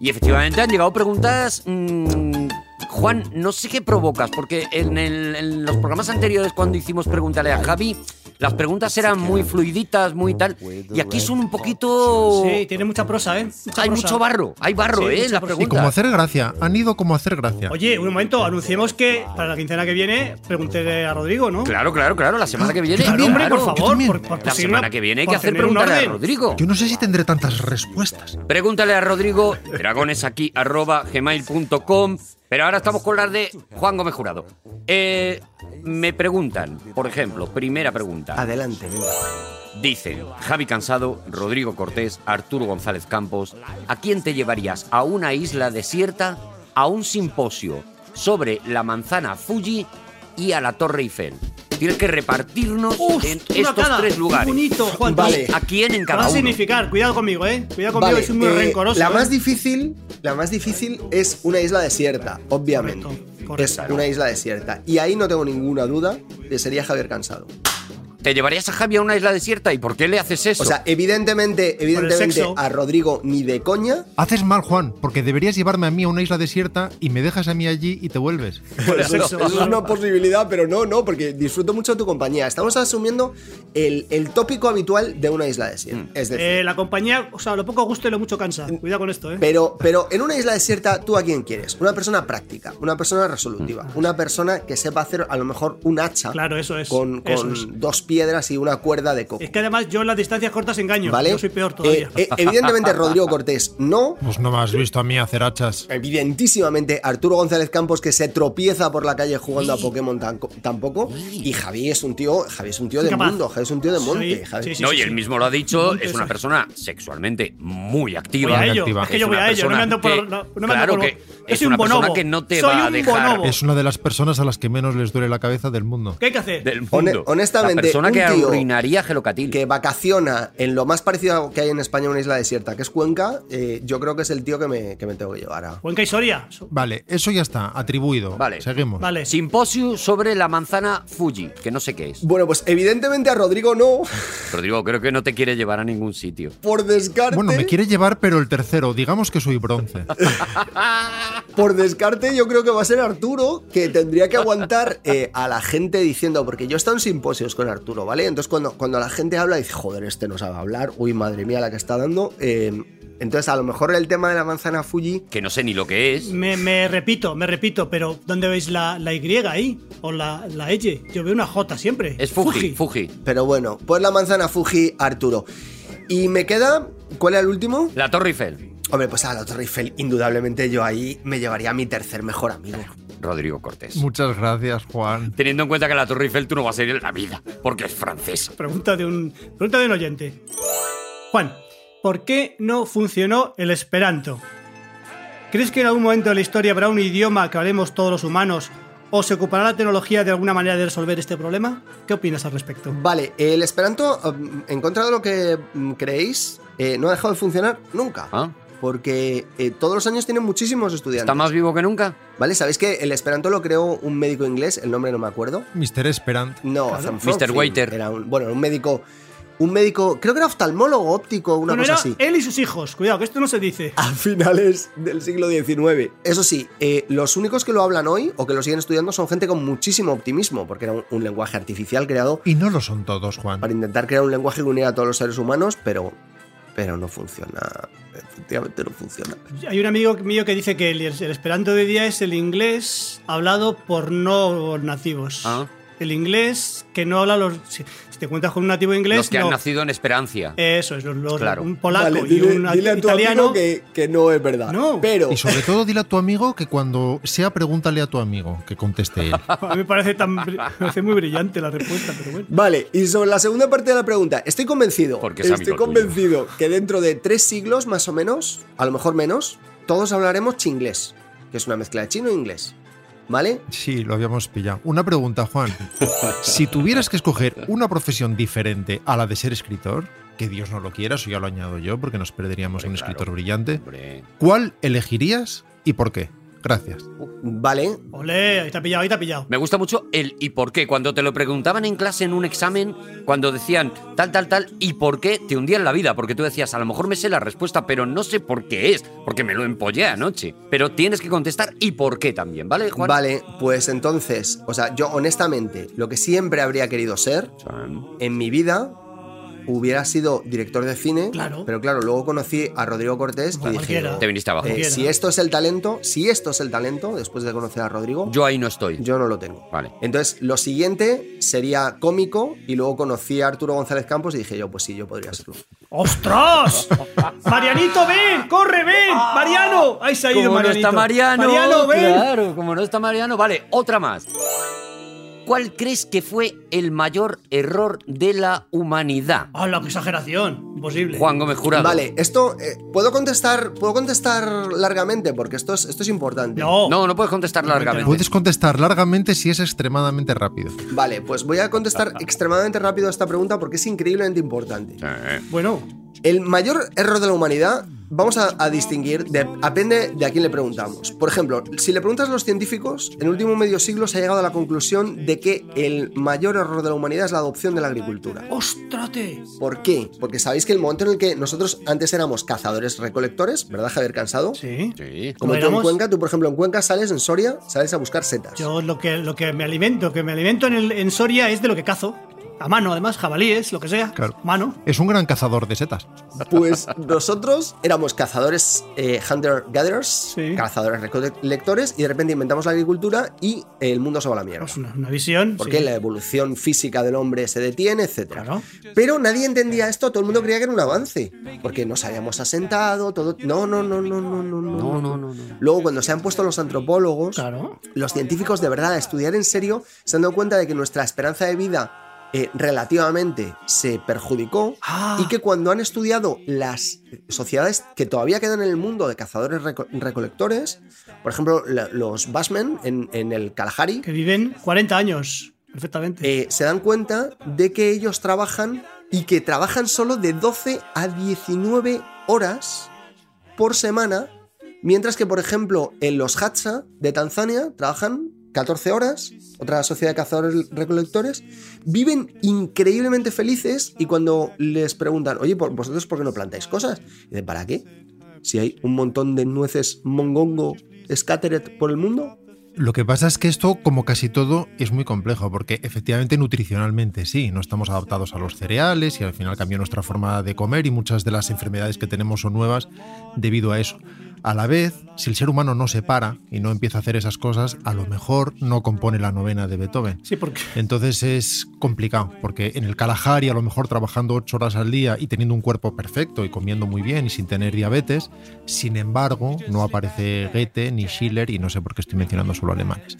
Y efectivamente han llegado preguntas. mm, Juan, no sé qué provocas, porque en, el- en los programas anteriores, cuando hicimos Pregúntale a Javi, las preguntas eran muy fluiditas, muy tal. Y aquí son un poquito.
Sí, tiene mucha prosa, ¿eh? Mucha
Hay
prosa.
mucho barro, hay barro,
Sí,
¿eh?
mucha
en Las
prosa.
Y como
preguntas.
hacer gracia. Han ido como hacer gracia.
Oye, un momento, anunciemos que para la quincena que viene, pregúntele a Rodrigo, ¿no?
Claro, claro, claro, la semana que viene.
Claro,
también,
Ah, hombre,
claro.
por
yo
favor.
también.
por- por
La
seguir
semana
una-
que viene hay
por
que hacer
tener un
preguntas a
orden.
Rodrigo.
Yo no sé si tendré tantas respuestas.
Pregúntale a Rodrigo, dragonesaquí.gmail.com. Pero ahora estamos con las de Juan Gómez Jurado. Eh, me preguntan, por ejemplo, primera pregunta.
Adelante, venga.
Dicen Javi Cansado, Rodrigo Cortés, Arturo González Campos. ¿A quién te llevarías? ¿A una isla desierta? ¿A un simposio sobre la manzana Fuji y a la Torre Eiffel? Tienes que repartirnos
Uf,
en
una
estos
cara,
tres lugares.
bonito, Juan.
Vale.
¿A quién en
Te va
cada
a
uno?
significar, cuidado conmigo, ¿eh? Cuidado conmigo,
Vale,
que soy muy
eh,
rencoroso.
la
¿eh?
más difícil, la más difícil es una isla desierta, obviamente.
Correcto, correcto.
Es una isla desierta. Y ahí no tengo ninguna duda que sería Javier Cansado.
¿Te llevarías a Javi a una isla desierta? ¿Y por qué le haces eso?
O sea, evidentemente, evidentemente
sexo.
a Rodrigo ni de coña.
Haces mal, Juan, porque deberías llevarme a mí a una isla desierta y me dejas a mí allí y te vuelves.
Por
el
eso,
sexo.
eso es una posibilidad, pero no, no, porque disfruto mucho de tu compañía. Estamos asumiendo el, el tópico habitual de una isla desierta. Es decir,
Eh, la compañía, o sea, lo poco gusta y lo mucho cansa. Cuidado con esto, ¿eh?
Pero, pero en una isla desierta, ¿tú a quién quieres? Una persona práctica, una persona resolutiva, una persona que sepa hacer a lo mejor un hacha
Mm. Claro, eso es,
con, con
eso es.
dos piedras y una cuerda de coco.
Es que además yo en las distancias cortas engaño.
¿Vale?
Yo soy peor todavía.
Eh, eh, evidentemente, Rodrigo Cortés no.
Pues no me has visto a mí hacer hachas.
Eh,
Evidentísimamente, Arturo González Campos que se tropieza por la calle jugando a Pokémon tan- tampoco. Y Javi es un tío, Javi es un tío de
Incapaz.
mundo, Javi es un tío de monte.
Soy-
Javi-
sí, sí,
no,
sí,
y él
sí.
mismo lo ha dicho,
Monte,
es una
sí.
persona sexualmente muy
Voy
activa.
a
Muy
ello.
activa.
Es que
Es
yo voy
una
a ello. No me
persona
ando por.
que-
no- no me
claro
ando por-
que
yo
es
soy
una
un
persona
bonobo.
que no te
soy
va a
un
dejar.
bonobo.
Es una de las personas a las que menos les duele la cabeza del mundo.
¿Qué hay que hacer?
Del mundo.
Hone- honestamente,
La persona que
un tío
arruinaría Gelocatil.
que vacaciona en lo más parecido que hay en España a una isla desierta, que es Cuenca, eh, yo creo que es el tío que me, que me tengo que llevar a.
Cuenca y Soria.
Vale, eso ya está, atribuido.
Vale.
Seguimos.
Vale.
Simposio sobre la manzana Fuji, que no sé qué es.
Bueno, pues evidentemente a Rodrigo no,
Rodrigo, creo que no te quiere llevar a ningún sitio.
por descarte.
Bueno, me quiere llevar, pero el tercero, digamos que soy bronce.
Por descarte, yo creo que va a ser Arturo, que tendría que aguantar eh, a la gente diciendo, porque yo he estado en simposios con Arturo, ¿vale? Entonces, cuando, cuando la gente habla, dice, joder, este no sabe hablar, uy, madre mía, la que está dando. eh, entonces, a lo mejor el tema de la manzana Fuji.
Que no sé ni lo que es.
Me, me repito, me repito, pero ¿dónde veis la, la Y ahí? O la, la Y. Yo veo una J siempre.
Es Fuji, Fuji.
Pero bueno, pues la manzana Fuji, Arturo. Y me queda. ¿Cuál era el último?
La Torre Eiffel.
Hombre, pues a la Torre Eiffel, indudablemente yo ahí me llevaría a mi tercer mejor amigo.
Rodrigo Cortés.
Muchas gracias, Juan.
Teniendo en cuenta que la Torre Eiffel tú no vas a ir en la vida, porque es francesa.
Pregunta de un, pregunta de un oyente. Juan, ¿por qué no funcionó el esperanto? ¿Crees que en algún momento de la historia habrá un idioma que hablemos todos los humanos ¿O se ocupará la tecnología de alguna manera de resolver este problema? ¿Qué opinas al respecto?
Vale, el Esperanto, mm, en contra de lo que mm, creéis, eh, no ha dejado de funcionar nunca.
Ah,
Porque eh, todos los años tienen muchísimos estudiantes.
¿Está más vivo que nunca?
¿Vale? ¿Sabéis que el Esperanto lo creó un médico inglés? El nombre no me acuerdo.
Mr. Esperant.
No, Thomson
Mr. Waiter.
Era un, bueno, un médico. Un médico. Creo que era oftalmólogo óptico, una
bueno,
cosa
era
así.
él y sus hijos. Cuidado, que esto no se dice.
A finales del siglo XIX. Eso sí, eh, los únicos que lo hablan hoy o que lo siguen estudiando son gente con muchísimo optimismo, porque era un- un lenguaje artificial creado
Y no lo son todos, Juan.
para intentar crear un lenguaje que uniera a todos los seres humanos, pero, pero no funciona. Efectivamente no funciona.
Pues Hay un amigo mío que dice que el, el esperanto de hoy día es el inglés hablado por no nativos.
Ah.
El inglés que no habla los. Si, si te encuentras con un nativo inglés.
Los que han
no.
nacido en Esperancia.
Eso es, los, los-
Claro.
un polaco
Vale,
y
dile-
un
dile a tu
italiano.
amigo que, que no es verdad.
No.
Pero
Y sobre todo dile a tu amigo que cuando sea, pregúntale a tu amigo que conteste él.
A mí me parece, tan, bri- me parece muy brillante la respuesta, pero bueno.
Vale, y sobre la segunda parte de la pregunta, estoy convencido,
Porque es
estoy
amigo tuyo.
convencido que dentro de tres siglos más o menos, a lo mejor menos, todos hablaremos chinglés, que es una mezcla de chino e inglés, ¿vale?
Sí, lo habíamos pillado. Una pregunta, Juan. Si tuvieras que escoger una profesión diferente a la de ser escritor, que Dios no lo quiera, eso ya lo añado yo, porque nos perderíamos
Hombre,
un
claro.
escritor brillante,
Hombre.
¿cuál elegirías y por qué? Gracias.
Vale,
Ole, ahí te ha pillado, ahí te ha pillado.
Me gusta mucho el ¿y por qué? Cuando te lo preguntaban en clase en un examen, cuando decían tal, tal, tal, ¿y por qué? Te hundían la vida, porque tú decías, a lo mejor me sé la respuesta, pero no sé por qué es, porque me lo empollé anoche. Pero tienes que contestar ¿y por qué también? ¿Vale, Juan?
vale, pues entonces, o sea, yo honestamente, lo que siempre habría querido ser
Chan.
en mi vida hubiera sido director de cine,
Claro.
pero claro, luego conocí a Rodrigo Cortés
Como
y dije,
cualquiera.
Te viniste abajo.
eh, si esto es el talento, si esto es el talento, después de conocer a Rodrigo,
Yo ahí no estoy.
yo no lo tengo.
Vale.
Entonces, lo siguiente sería cómico y luego conocí a Arturo González Campos y dije yo, pues sí, yo podría serlo.
¡Ostras! ¡Marianito, ven! ¡Corre, ven! ¡Mariano! Ahí se ha ido
Como no
Marianito.
está Mariano.
¡Mariano, ven!
Claro, como no está Mariano. Vale, otra más. ¿Cuál crees que fue el mayor error de la humanidad?
¡Hala, Ah, qué exageración! Imposible.
Juan Gómez Jurado.
Vale, esto eh, puedo contestar, puedo contestar largamente porque esto es, esto es importante.
No.
No, no puedes contestar largamente.
Puedes contestar largamente si es extremadamente rápido.
Vale, pues voy a
Ah,
contestar extremadamente rápido a esta pregunta porque es increíblemente importante.
Bueno,
El mayor error de la humanidad, vamos a, a distinguir, de- depende de a quién le preguntamos. Por ejemplo, si le preguntas a los científicos, en el último medio siglo se ha llegado a la conclusión de que el mayor error de la humanidad es la adopción de la agricultura.
¡Óstrate!
¿Por qué? Porque sabéis que el momento en el que nosotros antes éramos cazadores-recolectores, ¿verdad, Javier Cansado?
Sí.
Sí.
Como
¿Lo
tú en
éramos?
Cuenca, tú por ejemplo en Cuenca sales en Soria, sales a buscar setas.
Yo lo que, lo que me alimento, que me alimento en, el- en Soria es de lo que cazo. A mano, además, jabalíes, lo que sea.
Claro.
A Mano.
Es un gran cazador de setas.
Pues nosotros éramos cazadores, eh, hunter-gatherers,
Sí.
cazadores recolectores, y de repente inventamos la agricultura y el mundo se va a la mierda.
Es una, una visión.
Porque
sí.
la evolución física del hombre se detiene, etc.
Claro.
Pero nadie entendía esto, todo el mundo creía que era un avance. Porque nos habíamos asentado, todo. No, no, no, no, no, no, no.
No, no, no.
Luego, cuando se han puesto los antropólogos,
Claro.
los científicos de verdad a estudiar en serio, se han dado cuenta de que nuestra esperanza de vida eh, relativamente se perjudicó
Ah.
y que cuando han estudiado las sociedades que todavía quedan en el mundo de cazadores reco- recolectores, por ejemplo, la- los Bashmen en, en el Kalahari,
Que viven 40 años. Perfectamente.
eh, se dan cuenta de que ellos trabajan y que trabajan solo de 12 a 19 horas por semana, mientras que, por ejemplo, en los Hatsa de Tanzania trabajan 14 horas, otra sociedad de cazadores recolectores, viven increíblemente felices y cuando les preguntan, oye, ¿por- ¿vosotros por qué no plantáis cosas? Y dicen, ¿para qué? Si hay un montón de nueces mongongo scattered por el mundo.
Lo que pasa es que esto, como casi todo, es muy complejo, porque efectivamente nutricionalmente sí, no estamos adaptados a los cereales y al final cambió nuestra forma de comer y muchas de las enfermedades que tenemos son nuevas debido a eso. A la vez, si el ser humano no se para y no empieza a hacer esas cosas, a lo mejor no compone la novena de Beethoven.
sí, porque.
Entonces es complicado, porque en el Kalahari a lo mejor trabajando ocho horas al día y teniendo un cuerpo perfecto y comiendo muy bien y sin tener diabetes, sin embargo no aparece Goethe ni Schiller y no sé por qué estoy mencionando solo alemanes.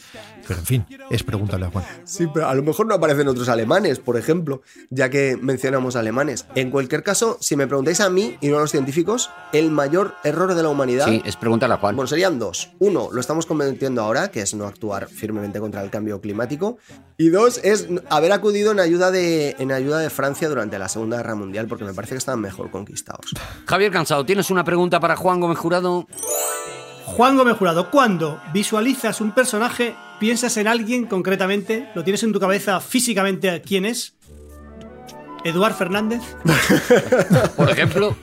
Pero en fin, es pregúntale a Juan.
Sí, pero a lo mejor no aparecen otros alemanes, por ejemplo, ya que mencionamos alemanes. En cualquier caso, si me preguntáis a mí y no a los científicos, el mayor error de la humanidad
Sí, es preguntarle a Juan.
Bueno, serían dos. Uno, lo estamos cometiendo ahora, que es no actuar firmemente contra el cambio climático. Y dos, es haber acudido en ayuda de, en ayuda de Francia durante la Segunda Guerra Mundial, porque me parece que estaban mejor conquistados.
Javier Cansado, ¿tienes una pregunta para Juan Gómez Jurado?
Juan Gómez Jurado, cuando visualizas un personaje, piensas en alguien concretamente, lo tienes en tu cabeza físicamente a quién es. Eduard Fernández.
Por ejemplo,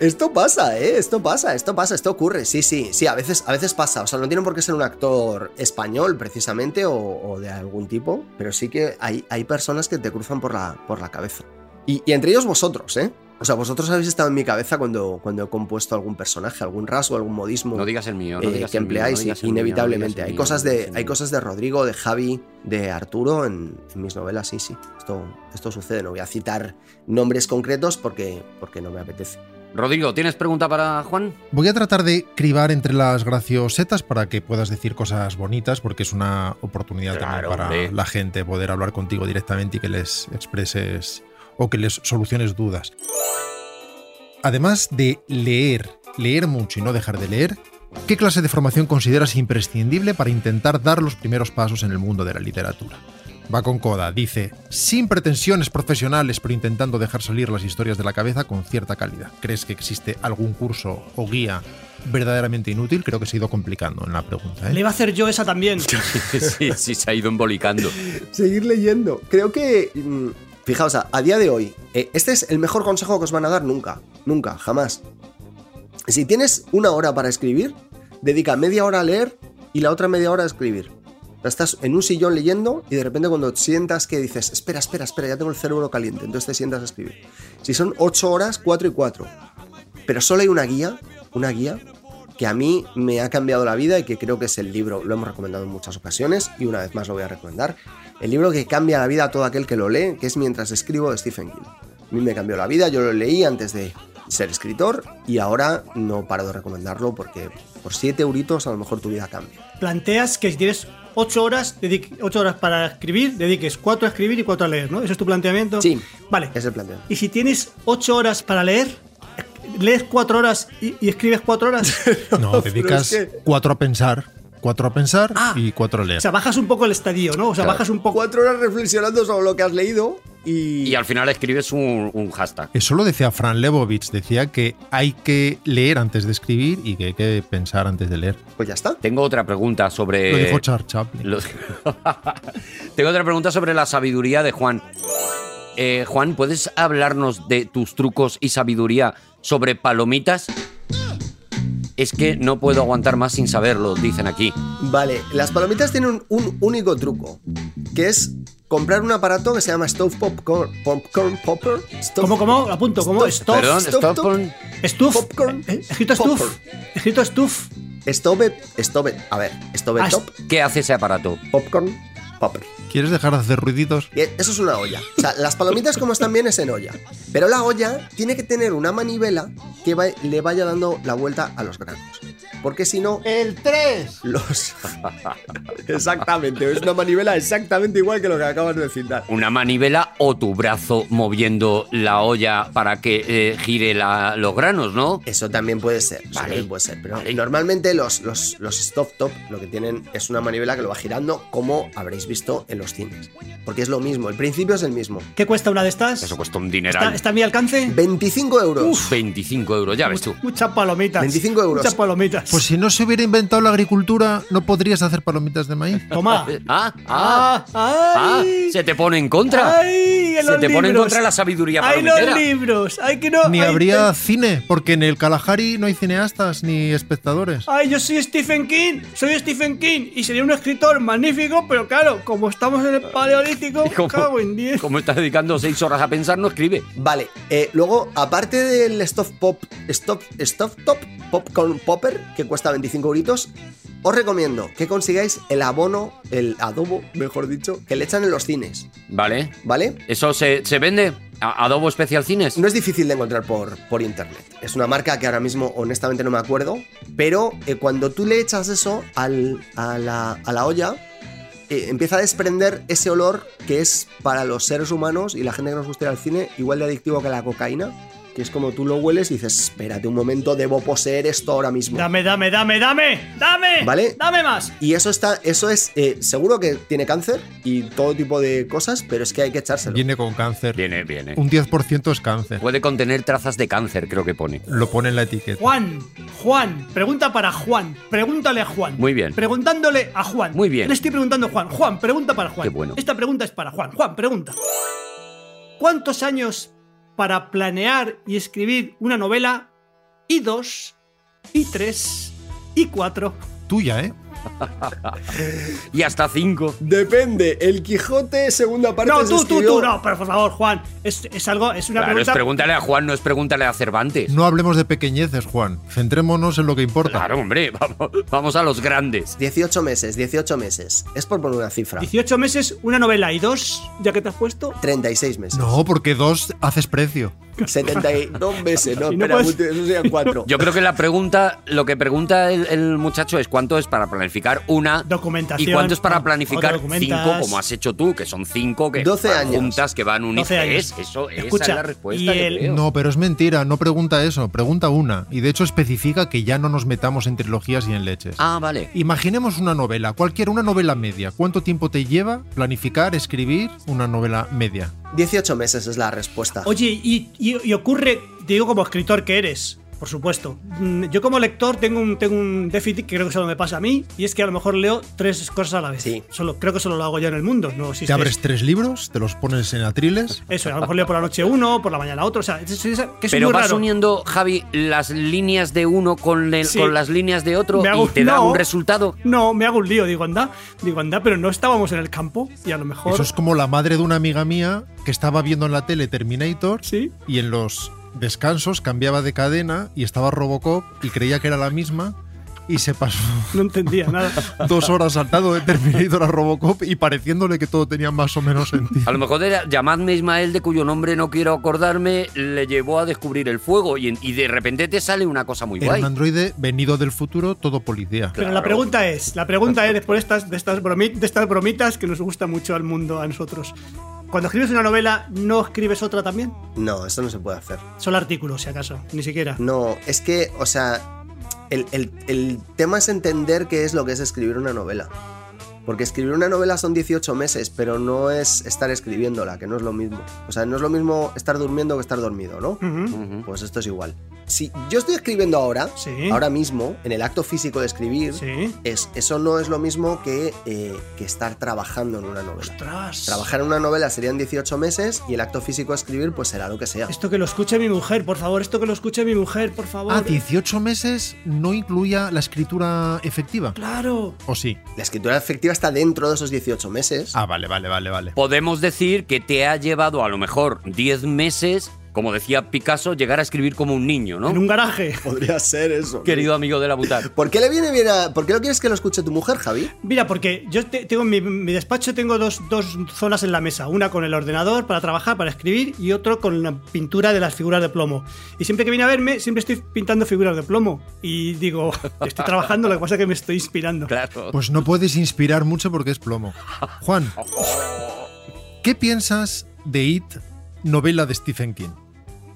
Esto pasa, ¿eh? Esto pasa, esto pasa, esto ocurre. Sí, sí, sí, a veces, a veces pasa. O sea, no tienen por qué ser un actor español, precisamente, o, o de algún tipo, pero sí que hay, hay personas que te cruzan por la, por la cabeza. Y, y entre ellos vosotros, ¿eh? O sea, vosotros habéis estado en mi cabeza cuando, cuando he compuesto algún personaje, algún rasgo, algún modismo.
no digas el mío.
eh,
No digas
que
el mío, no
empleáis
digas el mío, no
inevitablemente.
digas el
hay,
mío,
cosas
no
de,
digas el
hay
mío.
cosas de Rodrigo, de Javi, de Arturo en, en mis novelas, sí, sí. Esto, esto sucede. No voy a citar nombres concretos porque, porque no me apetece.
Rodrigo, ¿tienes pregunta para Juan?
Voy a tratar de cribar entre las graciosetas para que puedas decir cosas bonitas, porque es una oportunidad
Claro,
también para
hombre.
la gente poder hablar contigo directamente y que les expreses o que les soluciones dudas. Además de leer, leer mucho y no dejar de leer, ¿qué clase de formación consideras imprescindible para intentar dar los primeros pasos en el mundo de la literatura? Va con coda, dice, sin pretensiones profesionales, pero intentando dejar salir las historias de la cabeza con cierta calidad. ¿Crees que existe algún curso o guía verdaderamente inútil? Creo que se ha ido complicando en la pregunta. ¿eh?
Le iba a hacer yo esa también.
sí, sí, se ha ido embolicando.
Seguir leyendo. Creo que. mm, Fijaos, a, a día de hoy, eh, este es el mejor consejo que os van a dar nunca. Nunca, jamás. Si tienes una hora para escribir, dedica media hora a leer y la otra media hora a escribir. O sea, Estás en un sillón leyendo y de repente cuando sientas que dices, espera, espera, espera, ya tengo el cerebro caliente, entonces te sientas a escribir. Si son 8 horas, 4 y 4. Pero solo hay una guía, una guía que a mí me ha cambiado la vida y que creo que es el libro, lo hemos recomendado en muchas ocasiones y una vez más lo voy a recomendar, el libro que cambia la vida a todo aquel que lo lee, que es Mientras escribo de Stephen King. A mí me cambió la vida, yo lo leí antes de ser escritor y ahora no paro de recomendarlo porque por 7 euritos a lo mejor tu vida cambia.
Planteas que si tienes 8 horas, 8 horas para escribir, dediques 4 a escribir y 4 a leer, ¿no? ¿Ese es tu planteamiento?
Sí.
Vale.
Es el planteamiento.
Y si tienes 8 horas para leer, lees 4 horas y, y escribes 4 horas.
No,
Pero
dedicas
es que-
cuatro a pensar, cuatro a pensar
Ah.
y cuatro a leer.
o sea, bajas un poco el estadio, ¿no? O sea,
Claro.
bajas un poco.
4 horas reflexionando sobre lo que has leído
Y al final escribes un, un hashtag.
Eso lo decía Fran Lebovich, decía que hay que leer antes de escribir y que hay que pensar antes de leer.
pues ya está.
Tengo otra pregunta sobre.
Lo dijo Charles Chaplin.
Lo- Tengo otra pregunta sobre la sabiduría de Juan. Eh, Juan, ¿puedes hablarnos de tus trucos y sabiduría sobre palomitas? Es que no puedo aguantar más sin saberlo, dicen aquí.
Vale, las palomitas tienen un, un único truco, que es comprar un aparato que se llama Stove Popcorn, popcorn Popper. Stove-
¿Cómo, cómo? Lo apunto, ¿cómo?
Stop,
Stuff.
Perdón,
stop,
stop
stop.
con-
Stuff.
Popcorn.
Eh, Escrito stuff.
Popcorn.
Escrito stuff.
Stove, Stove, a ver, Stove
Ah,
Top,
¿Qué hace ese aparato?
Popcorn Popper.
¿Quieres dejar de hacer ruiditos?
Bien, eso es una olla. O sea, las palomitas como están bien es en olla. Pero la olla tiene que tener una manivela que va- le vaya dando la vuelta a los granos. Porque si no,
¡El 3!
los... exactamente, es una manivela exactamente igual que lo que acabas de citar.
¿Una manivela o tu brazo moviendo la olla para que eh, gire la- los granos, no?
Eso también puede ser, eso
Vale.
también puede ser. Pero
Vale.
normalmente los, los, los stop top lo que tienen es una manivela que lo va girando, como habréis visto en los cines. Porque es lo mismo, el principio es el mismo.
¿Qué cuesta una de estas?
Eso cuesta un
¿Está,
dineral.
está a mi alcance?
25 euros.
25 euros, ya ves tú.
Muchas palomitas.
25 euros.
Muchas palomitas.
Pues si no se hubiera inventado la agricultura, no podrías hacer palomitas de maíz.
Toma.
Ah, ah, ah,
ay.
se te pone en contra.
Ay, en
se
los
te pone en
libros.
contra la sabiduría
Hay los
palomitera.
libros. Hay que no.
Ni
ay, eh,
habría cine, porque en el Kalahari no hay cineastas ni espectadores.
Ay, yo soy Stephen King, soy Stephen King y sería un escritor magnífico, pero claro, como estamos en el paleolítico,
¿Y cómo-
cago en 10.
Como estás dedicando seis horas a pensar, no escribe.
Vale, eh, luego, aparte del stop pop, stop, stop top, popcorn popper, que cuesta 25 euritos, os recomiendo que consigáis el abono, el adobo, mejor dicho, que le echan en los cines,
Vale.
¿vale?
¿Eso se, se vende? ¿A- ¿Adobo Especial Cines?
No es difícil de encontrar por, por internet. Es una marca que ahora mismo honestamente no me acuerdo, pero eh, cuando tú le echas eso al- a, la, a la olla, eh, empieza a desprender ese olor que es para los seres humanos y la gente que nos gusta ir al cine igual de adictivo que la cocaína, que es como tú lo hueles y dices, espérate un momento, debo poseer esto ahora mismo.
Dame, dame, dame, dame, dame.
¿Vale?
Dame más.
Y eso está, eso es, eh, seguro que tiene cáncer y todo tipo de cosas, pero es que hay que echárselo.
Viene con cáncer.
Viene, viene.
Un 10% es cáncer.
Puede contener trazas de cáncer, creo que pone.
Lo pone en la etiqueta.
Juan, Juan, pregunta para Juan. Pregúntale a Juan.
Muy bien.
Preguntándole a Juan.
Muy bien.
Le estoy preguntando a Juan. Juan, pregunta para Juan.
Qué bueno.
Esta pregunta es para Juan. Juan, pregunta. ¿Cuántos años para planear y escribir una novela? Y dos, y tres, y cuatro.
Tuya, ¿eh?
Y hasta cinco.
Depende, el Quijote, segunda parte.
No,
se
tú, tú,
escribió-
tú, no, pero por favor, Juan. Es, es algo, es una
Claro, es
pregunta.
pregúntale a Juan, no es pregúntale a Cervantes.
No hablemos de pequeñeces, Juan. Centrémonos en lo que importa.
Claro, hombre, vamos, vamos a los grandes.
18 meses, 18 meses. Es por poner una cifra.
18 meses, una novela y dos, ya que te has puesto.
36 meses.
No, porque dos haces precio.
72 meses, no,
Y no
espera,
puedes-
multi- eso serían 4.
Yo creo que la pregunta, lo que pregunta el, el muchacho es cuánto es para planificar una
Documentación.
y cuánto es para
O- o
planificar
documentas.
cinco, como has hecho tú, que son cinco que
12
van
años.
juntas que van unidas.
12 años.
Es, eso, esa
Escucha,
es la respuesta.
y
yo
el-
creo.
No, pero es mentira, no pregunta eso, pregunta una. Y de hecho especifica que ya no nos metamos en trilogías y en leches.
Ah, vale.
Imaginemos una novela, cualquiera, una novela media. ¿Cuánto tiempo te lleva planificar, escribir una novela media?
18 meses es la respuesta.
Oye, y, y- y ocurre, te digo como escritor que eres, por supuesto. Mm, Yo como lector tengo un, tengo un déficit que creo que solo me pasa a mí, y es que a lo mejor leo tres cosas a la vez.
Sí.
Solo, creo que solo lo hago yo en el mundo. No existe
Te abres tres libros, te los pones en atriles.
Eso, a lo mejor leo por la noche uno, por la mañana otro. O sea, es, es- es- que es
Pero
muy
vas
raro.
uniendo, Javi, las líneas de uno con, el-
Sí.
con las líneas de otro
Me
y
hago-
te da
no.
un resultado.
No, me hago un lío, digo, anda, digo, anda, pero no estábamos en el campo y a lo mejor.
Eso es como la madre de una amiga mía que estaba viendo en la tele Terminator
Sí.
y en los descansos cambiaba de cadena y estaba Robocop y creía que era la misma y se pasó
No entendía nada.
dos horas saltado de Terminator a Robocop y pareciéndole que todo tenía más o menos sentido.
A lo mejor era llamadme Ismael, de cuyo nombre no quiero acordarme, le llevó a descubrir el fuego y, en- y de repente te sale una cosa muy
Era un
guay.
androide venido del futuro, todo policía.
Pero la pregunta es, la pregunta es, después de estas, de, estas bromi- de estas bromitas que nos gusta mucho al mundo, a nosotros. Cuando escribes una novela, ¿no escribes otra también?
No, esto no se puede hacer.
Solo artículos, si acaso, ni siquiera.
No, es que, o sea, el, el- el tema es entender qué es lo que es escribir una novela. Porque escribir una novela son 18 meses, pero no es estar escribiéndola, que no es lo mismo. O sea, no es lo mismo estar durmiendo que estar dormido, ¿no?
Ujú.
Ujú.
Pues esto es igual. Si yo estoy escribiendo ahora,
Sí.
ahora mismo, en el acto físico de escribir,
Sí.
es, eso no es lo mismo que, eh, que estar trabajando en una novela.
Ostras.
Trabajar en una novela serían 18 meses y el acto físico de escribir pues será lo que sea.
Esto que lo escuche mi mujer, por favor. Esto que lo escuche mi mujer, por favor.
Ah, 18 meses no incluía la escritura efectiva.
Claro.
¿O sí?
La escritura efectiva está dentro de esos 18 meses.
Ah, vale, vale, vale, vale.
Podemos decir que te ha llevado a lo mejor 10 meses, como decía Picasso, llegar a escribir como un niño, ¿no?
En un garaje.
Podría ser eso.
Querido amigo de la butar.
¿Por qué le viene bien a... ¿Por qué no quieres que lo escuche tu mujer, Javi?
Mira, porque yo te- tengo en mi, mi despacho tengo dos, dos zonas en la mesa, una con el ordenador para trabajar, para escribir y otro con la pintura de las figuras de plomo. Y siempre que viene a verme, siempre estoy pintando figuras de plomo y digo, estoy trabajando, lo que pasa es que me estoy inspirando.
Claro.
Pues no puedes inspirar mucho porque es plomo. Juan, ¿qué piensas de It, novela de Stephen King?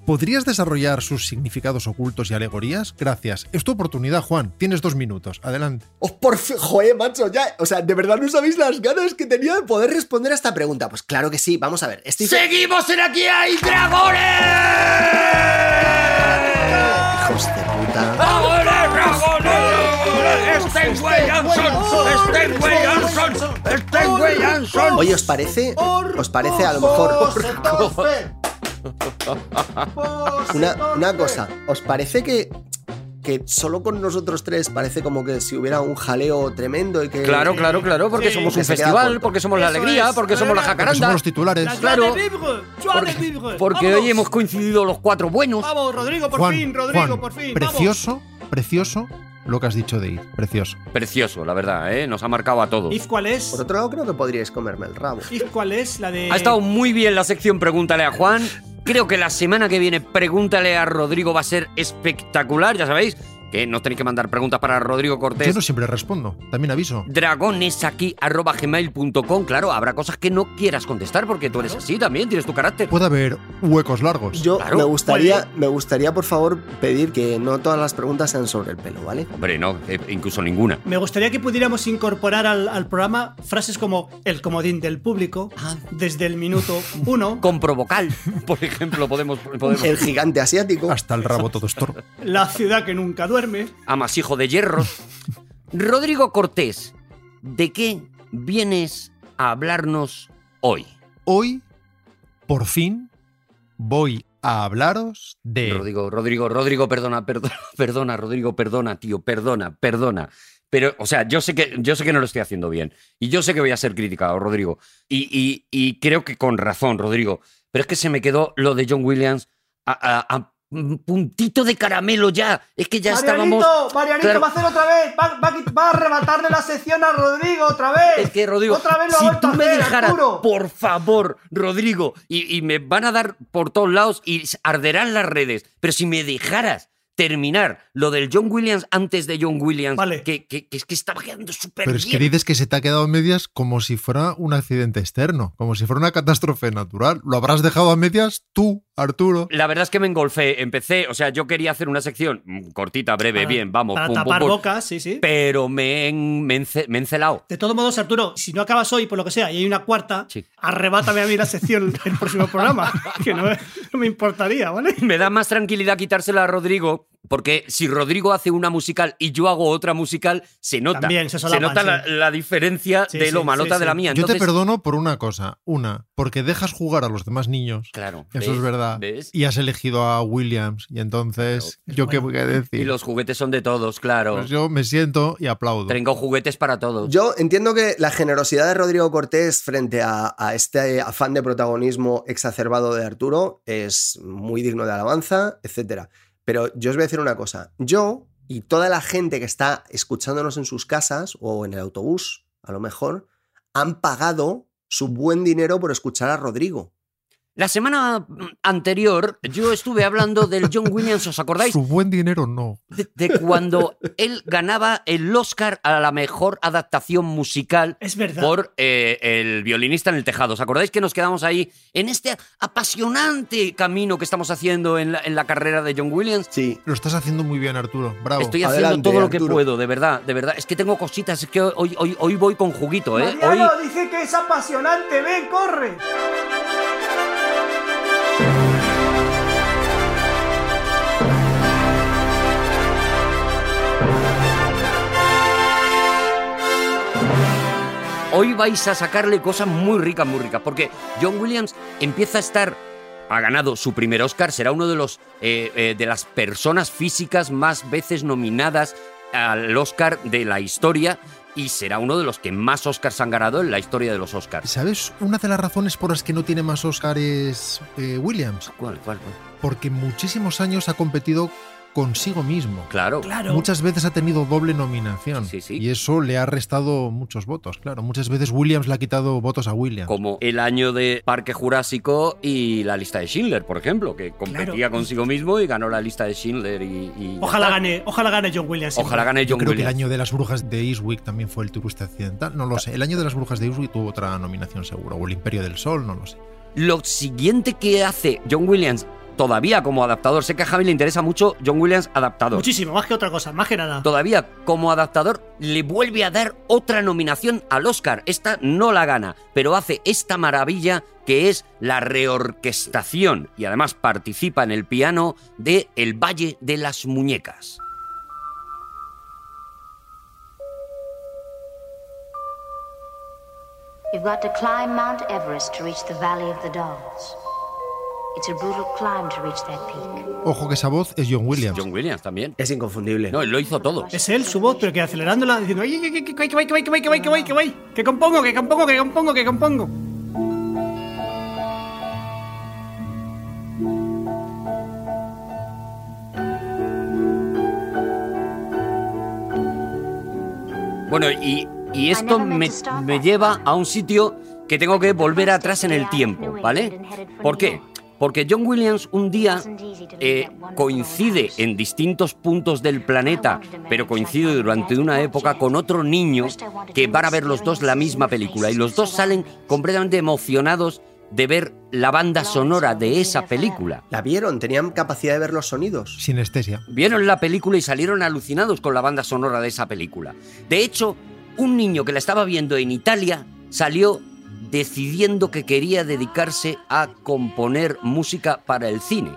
¿Podrías desarrollar sus significados ocultos y alegorías? Gracias. Es tu oportunidad, Juan. Tienes dos minutos. Adelante.
Oh, por fin, joder, macho, ya. O sea, de verdad no sabéis las ganas que tenía de poder responder a esta pregunta. Pues claro que sí, vamos a ver. Estoy...
¡Seguimos en Aquí hay dragones!
Hijos de puta.
¡Dragones, dragones! ¡Steinway Johnson! ¡Steinway Johnson! ¡Steinway Johnson!
Oye, ¿os parece? ¿Os parece a lo mejor? Una, una cosa, ¿os parece que, que solo con nosotros tres parece como que si hubiera un jaleo tremendo y que.
Claro, claro, claro, porque
Sí.
somos
Que
un
se queda
festival,
corto.
porque somos la
Eso
alegría,
es,
porque somos la
adelante.
Porque
jacaranda.
somos los titulares.
Las
claro.
joies de vivre, joies de vivre.
Porque
Vámonos.
hoy hemos coincidido los cuatro buenos.
Vamos, Rodrigo, por
Juan,
fin, Rodrigo,
Juan,
por fin. vamos.
precioso, precioso lo que has dicho de It. Precioso.
Precioso, la verdad, ¿eh? Nos ha marcado a todos.
¿If cuál es?
Por otro lado, creo que podríais comerme el rabo.
¿If cuál es? La de
Ha estado muy bien la sección Pregúntale a Juan. Creo que la semana que viene Pregúntale a Rodrigo va a ser espectacular, ya sabéis. que no tenéis que mandar preguntas para Rodrigo Cortés.
Yo no siempre respondo, también aviso.
dragonesaki.gmail.com Claro, habrá cosas que no quieras contestar porque tú eres así también, tienes tu carácter.
Puede haber huecos largos.
Yo
Claro.
me gustaría, me gustaría, por favor, pedir que no todas las preguntas sean sobre el pelo, ¿vale?
Hombre, no, eh, incluso ninguna.
Me gustaría que pudiéramos incorporar al, al programa frases como el comodín del público,
Ah.
desde el minuto uno,
Con provocal, por ejemplo, podemos,
Eh.
podemos
El gigante asiático.
Hasta el rabo todo es toro.
la ciudad que nunca duerme.
amasijo de hierros. Rodrigo Cortés, ¿de qué vienes a hablarnos hoy?
Hoy, por fin, voy a hablaros de...
Rodrigo, Rodrigo, Rodrigo, perdona, perdona, perdona, Rodrigo, perdona, tío, perdona, perdona. Pero, o sea, yo sé que, yo sé que no lo estoy haciendo bien. Y yo sé que voy a ser criticado, Rodrigo. Y, y- y creo que con razón, Rodrigo. Pero es que se me quedó lo de John Williams a, a- a un puntito de caramelo ya. Es que ya estábamos.
Marianito,
Claro.
va a hacer otra vez, va, va a qui- va a arrebatarle la sección a Rodrigo otra vez.
Es que, Rodrigo,
otra vez lo ha
si
vuelto
tú
a
me
hacer,
dejaras,
Arturo.
por favor, Rodrigo, y, y me van a dar por todos lados y arderán las redes, pero si me dejaras terminar lo del John Williams antes de John Williams,
Vale.
que, que- que es que estaba quedando súper
Pero
bien.
es que dices que se te ha quedado a medias como si fuera un accidente externo, como si fuera una catástrofe natural. Lo habrás dejado a medias tú, Arturo.
La verdad es que me engolfé, empecé, o sea, yo quería hacer una sección mm, cortita, breve,
Para-
bien, vamos,
Para
pum, pum,
tapar
pum,
bocas, sí, sí.
pero me, he en- me he ence- me he encelado.
De todos modos, Arturo, si no acabas hoy, por lo que sea, y hay una cuarta,
Sí.
arrebátame a mí la sección el próximo programa, que no, me- no me importaría, ¿vale?
Me da más tranquilidad quitársela a Rodrigo, porque si Rodrigo hace una musical y yo hago otra musical, se nota.
También se solapan,
nota
sí.
la, la diferencia
Sí,
de lo
sí,
malota
sí,
de la
sí.
mía.
Yo te
Entonces,
perdono por una cosa. Una, porque dejas jugar a los demás niños.
Claro.
Eso
¿ves?
es verdad.
¿Ves? Y,
Y has elegido a Williams. Y entonces,
Claro.
¿yo qué
Bueno.
voy a decir?
los juguetes son de todos, claro.
Pues yo me siento y aplaudo.
Tengo juguetes para todos.
Yo entiendo que la generosidad de Rodrigo Cortés frente a, a este afán de protagonismo exacerbado de Arturo es muy digno de alabanza, etc. Pero yo os voy a decir una cosa. Yo y toda la gente que está escuchándonos en sus casas o en el autobús, a lo mejor, han pagado su buen dinero por escuchar a Rodrigo.
La semana anterior yo estuve hablando del John Williams, ¿os acordáis?
Su buen dinero no.
De, de cuando él ganaba el Oscar a la mejor adaptación musical
Es verdad.
por eh, el violinista en el tejado. ¿Os acordáis que nos quedamos ahí en este apasionante camino que estamos haciendo en la, en la carrera de John Williams?
Sí.
Lo estás haciendo muy bien, Arturo. Bravo.
Estoy
Adelante,
haciendo todo lo que
Arturo.
puedo, de verdad, de verdad. Es que tengo cositas, es que hoy, hoy, hoy voy con juguito, ¿eh? Hoy,
Mariano dice que es apasionante, ven, corre.
hoy vais a sacarle cosas muy ricas, muy ricas, porque John Williams empieza a estar, ha ganado su primer Oscar, será uno de los eh, eh, de las personas físicas más veces nominadas al Oscar de la historia y será uno de los que más Oscars han ganado en la historia de los Oscars.
¿Sabes? Una de las razones por las que no tiene más Oscar es eh, Williams.
¿Cuál, cuál, cuál?
Porque muchísimos años ha competido consigo mismo.
Claro.
Claro.
Muchas veces ha tenido doble nominación.
Sí, sí.
Y eso le ha restado muchos votos, claro. Muchas veces Williams le ha quitado votos a Williams.
Como el año de Parque Jurásico y la lista de Schindler, por ejemplo, que competía consigo mismo y ganó la lista de Schindler y. y-
Ojalá gane, ojalá gane John Williams. siempre.
Ojalá gane
Yo
John
creo que el
Williams.
año de las brujas de Eastwick también fue el turista accidental. No lo sé. El año de las brujas de Eastwick tuvo otra nominación seguro. O el Imperio del Sol, no lo sé.
Lo siguiente que hace John Williams todavía como adaptador, sé que a Javi le interesa mucho John Williams adaptador.
Muchísimo, más que otra cosa, más que nada.
Todavía como adaptador le vuelve a dar otra nominación al Oscar. Esta no la gana, pero hace esta maravilla que es la reorquestación y además participa en el piano de El Valle de las Muñecas.
You've got to climb Mount Everest to reach the Valley of the Dolls. It's a brutal climb to reach that peak.
Ojo que esa voz es John Williams.
John Williams también.
Es inconfundible.
No, él lo hizo todo.
Es él, su voz, pero que acelerándola, diciendo, "Ay, ay, ay, que voy, que voy, que voy, que voy, que voy, que voy, que voy, que compongo, que compongo, que compongo, que compongo.
Bueno, y, y esto me, me lleva a un sitio que tengo que volver atrás en el tiempo, ¿vale? ¿Por qué? Porque John Williams un día
Wasn't easy to
eh,
leave that wonderful
coincide
house.
en distintos puntos del planeta, pero coincide durante una época con otro niño que van a ver los dos la misma película y los dos salen completamente emocionados de ver la banda sonora de esa película.
¿La vieron? ¿Tenían capacidad de ver los sonidos?
Sinestesia.
Vieron la película y salieron alucinados con la banda sonora de esa película. De hecho, un niño que la estaba viendo en Italia salió decidiendo que quería dedicarse a componer música para el cine.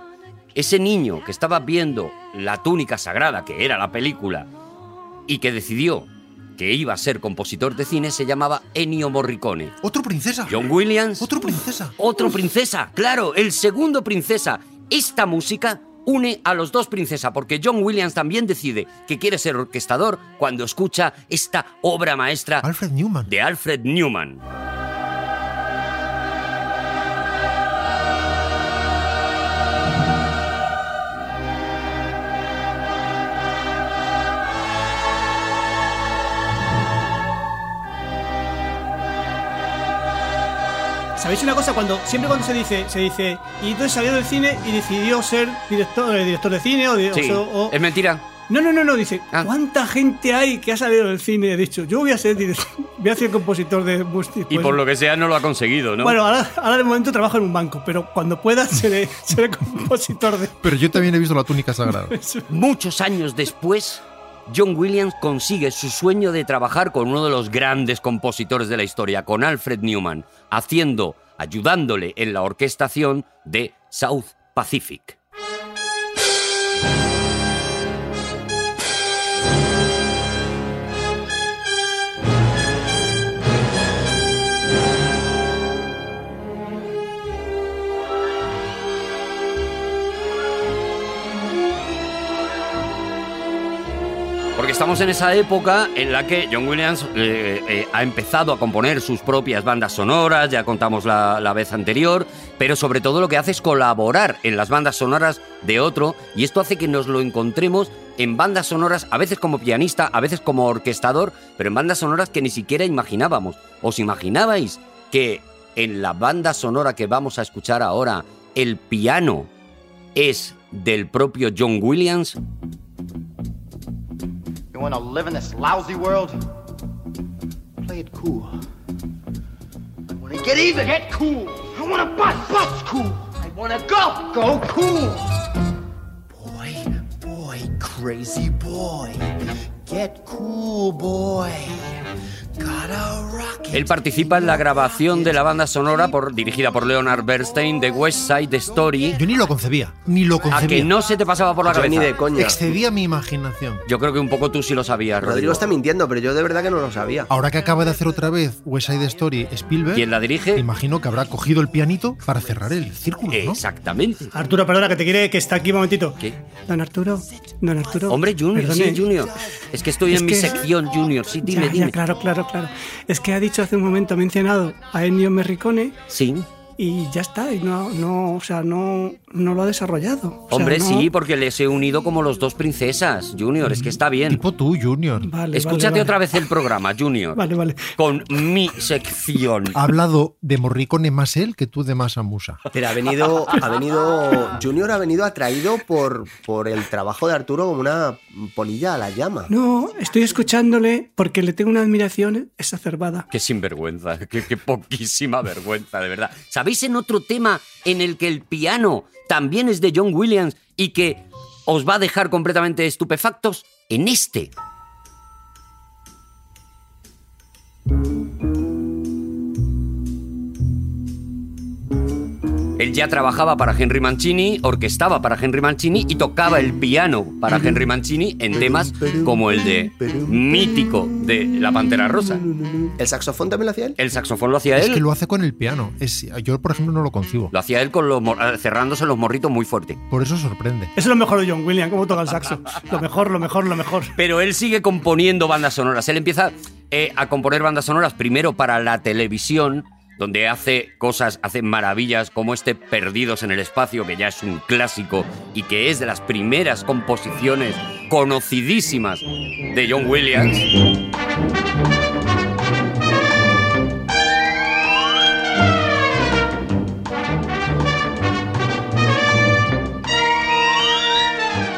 Ese niño que estaba viendo La túnica sagrada, que era la película, y que decidió que iba a ser compositor de cine, se llamaba Ennio Morricone.
Otro princesa.
John Williams
Otro princesa.
otro princesa, claro, el segundo princesa. Esta música une a los dos princesa, porque John Williams también decide que quiere ser orquestador cuando escucha esta obra maestra
Alfred Newman.
de Alfred Newman.
¿Sabéis una cosa? Cuando, siempre cuando se dice, se dice, y entonces salió del cine y decidió ser director, eh, director de cine o, di- o
Sí,
so- o-
es mentira.
No, no, no, no, dice,
Ah.
¿cuánta gente hay que ha salido del cine y ha dicho, yo voy a ser director, voy a ser compositor de música?
Y por lo que sea no lo ha conseguido, ¿no?
Pues Bueno, ahora, ahora de momento trabajo en un banco, pero cuando pueda seré, seré compositor de...
Pero yo también he visto la túnica sagrada.
Muchos años después, John Williams consigue su sueño de trabajar con uno de los grandes compositores de la historia, con Alfred Newman, haciendo, ayudándole en la orquestación de South Pacific. Porque estamos en esa época en la que John Williams eh, eh, ha empezado a componer sus propias bandas sonoras, ya contamos la, la vez anterior, pero sobre todo lo que hace es colaborar en las bandas sonoras de otro y esto hace que nos lo encontremos en bandas sonoras, a veces como pianista, a veces como orquestador, pero en bandas sonoras que ni siquiera imaginábamos. ¿Os imaginabais que en la banda sonora que vamos a escuchar ahora, el piano es del propio John Williams?
You want to live in this lousy world? Play it cool. I want to get even. Get cool. I want to bust. Bust cool. I want to go. Go cool. Boy, boy, crazy boy. Get cool, boy. Gotta rock it.
Él participa en la grabación de la banda sonora por, dirigida por Leonard Bernstein de West Side Story.
Yo ni lo concebía. Ni lo
A
concebía.
Ah, que no se te pasaba por la
Yo ni de
cabeza.
coña.
Excedía mi imaginación.
Yo creo que un poco tú sí lo sabías,
Rodrigo
Rodrigo.
está mintiendo, pero yo de verdad que no lo sabía.
Ahora que acaba de hacer otra vez West Side Story Spielberg,
¿Quién la dirige?
imagino que habrá cogido el pianito para cerrar el círculo, ¿no?
Exactamente.
Arturo, perdona, que te quiere, que está aquí un momentito.
¿Qué?
Don Arturo, don Arturo.
Hombre, Junior, sí,
perdone.
Junior. Es que estoy
eh. Es
en mi
que-
sección, Junior. Sí,
Ya,
dime,
ya,
dime.
claro, claro, claro. Es que ha dicho hace un momento, ha mencionado a Ennio Merricone
Sí.
y ya está, y no, no, o sea, no, no lo ha desarrollado. O sea,
Hombre,
no-
sí, porque les he unido como los dos princesas, Junior. Es que está bien.
Tipo tú, Junior.
Vale,
Escúchate
vale,
otra
vale.
vez el programa, Junior.
Vale, vale.
Con mi sección.
Ha hablado de Morricone más él que tú de Masa Musa.
Pero ha venido, ha venido, Junior ha venido atraído por, por el trabajo de Arturo como una polilla a la llama.
No, estoy escuchándole porque le tengo una admiración exacerbada.
Qué sinvergüenza, qué, qué poquísima vergüenza, de verdad. ¿Sabéis en otro tema en el que el piano también es de John Williams y que os va a dejar completamente estupefactos? En este. Él ya trabajaba para Henry Mancini, orquestaba para Henry Mancini y tocaba el piano para Henry Mancini en temas como el de mítico de La Pantera Rosa.
¿El saxofón también lo hacía él?
El saxofón lo hacía
Es
él.
que
lo...
lo hace con el piano. Es, yo, por ejemplo, no lo concibo.
hacía él con los mor- eh, cerrándose los morritos muy fuerte.
Por eso sorprende.
Eso es lo mejor de John Williams, cómo toca el saxo. Lo mejor, lo mejor, lo mejor.
Pero él sigue componiendo bandas sonoras. Él empieza eh, a componer bandas sonoras primero para la televisión, donde hace cosas, hace maravillas como este Perdidos en el Espacio, que ya es un clásico y que es de las primeras composiciones conocidísimas de John Williams.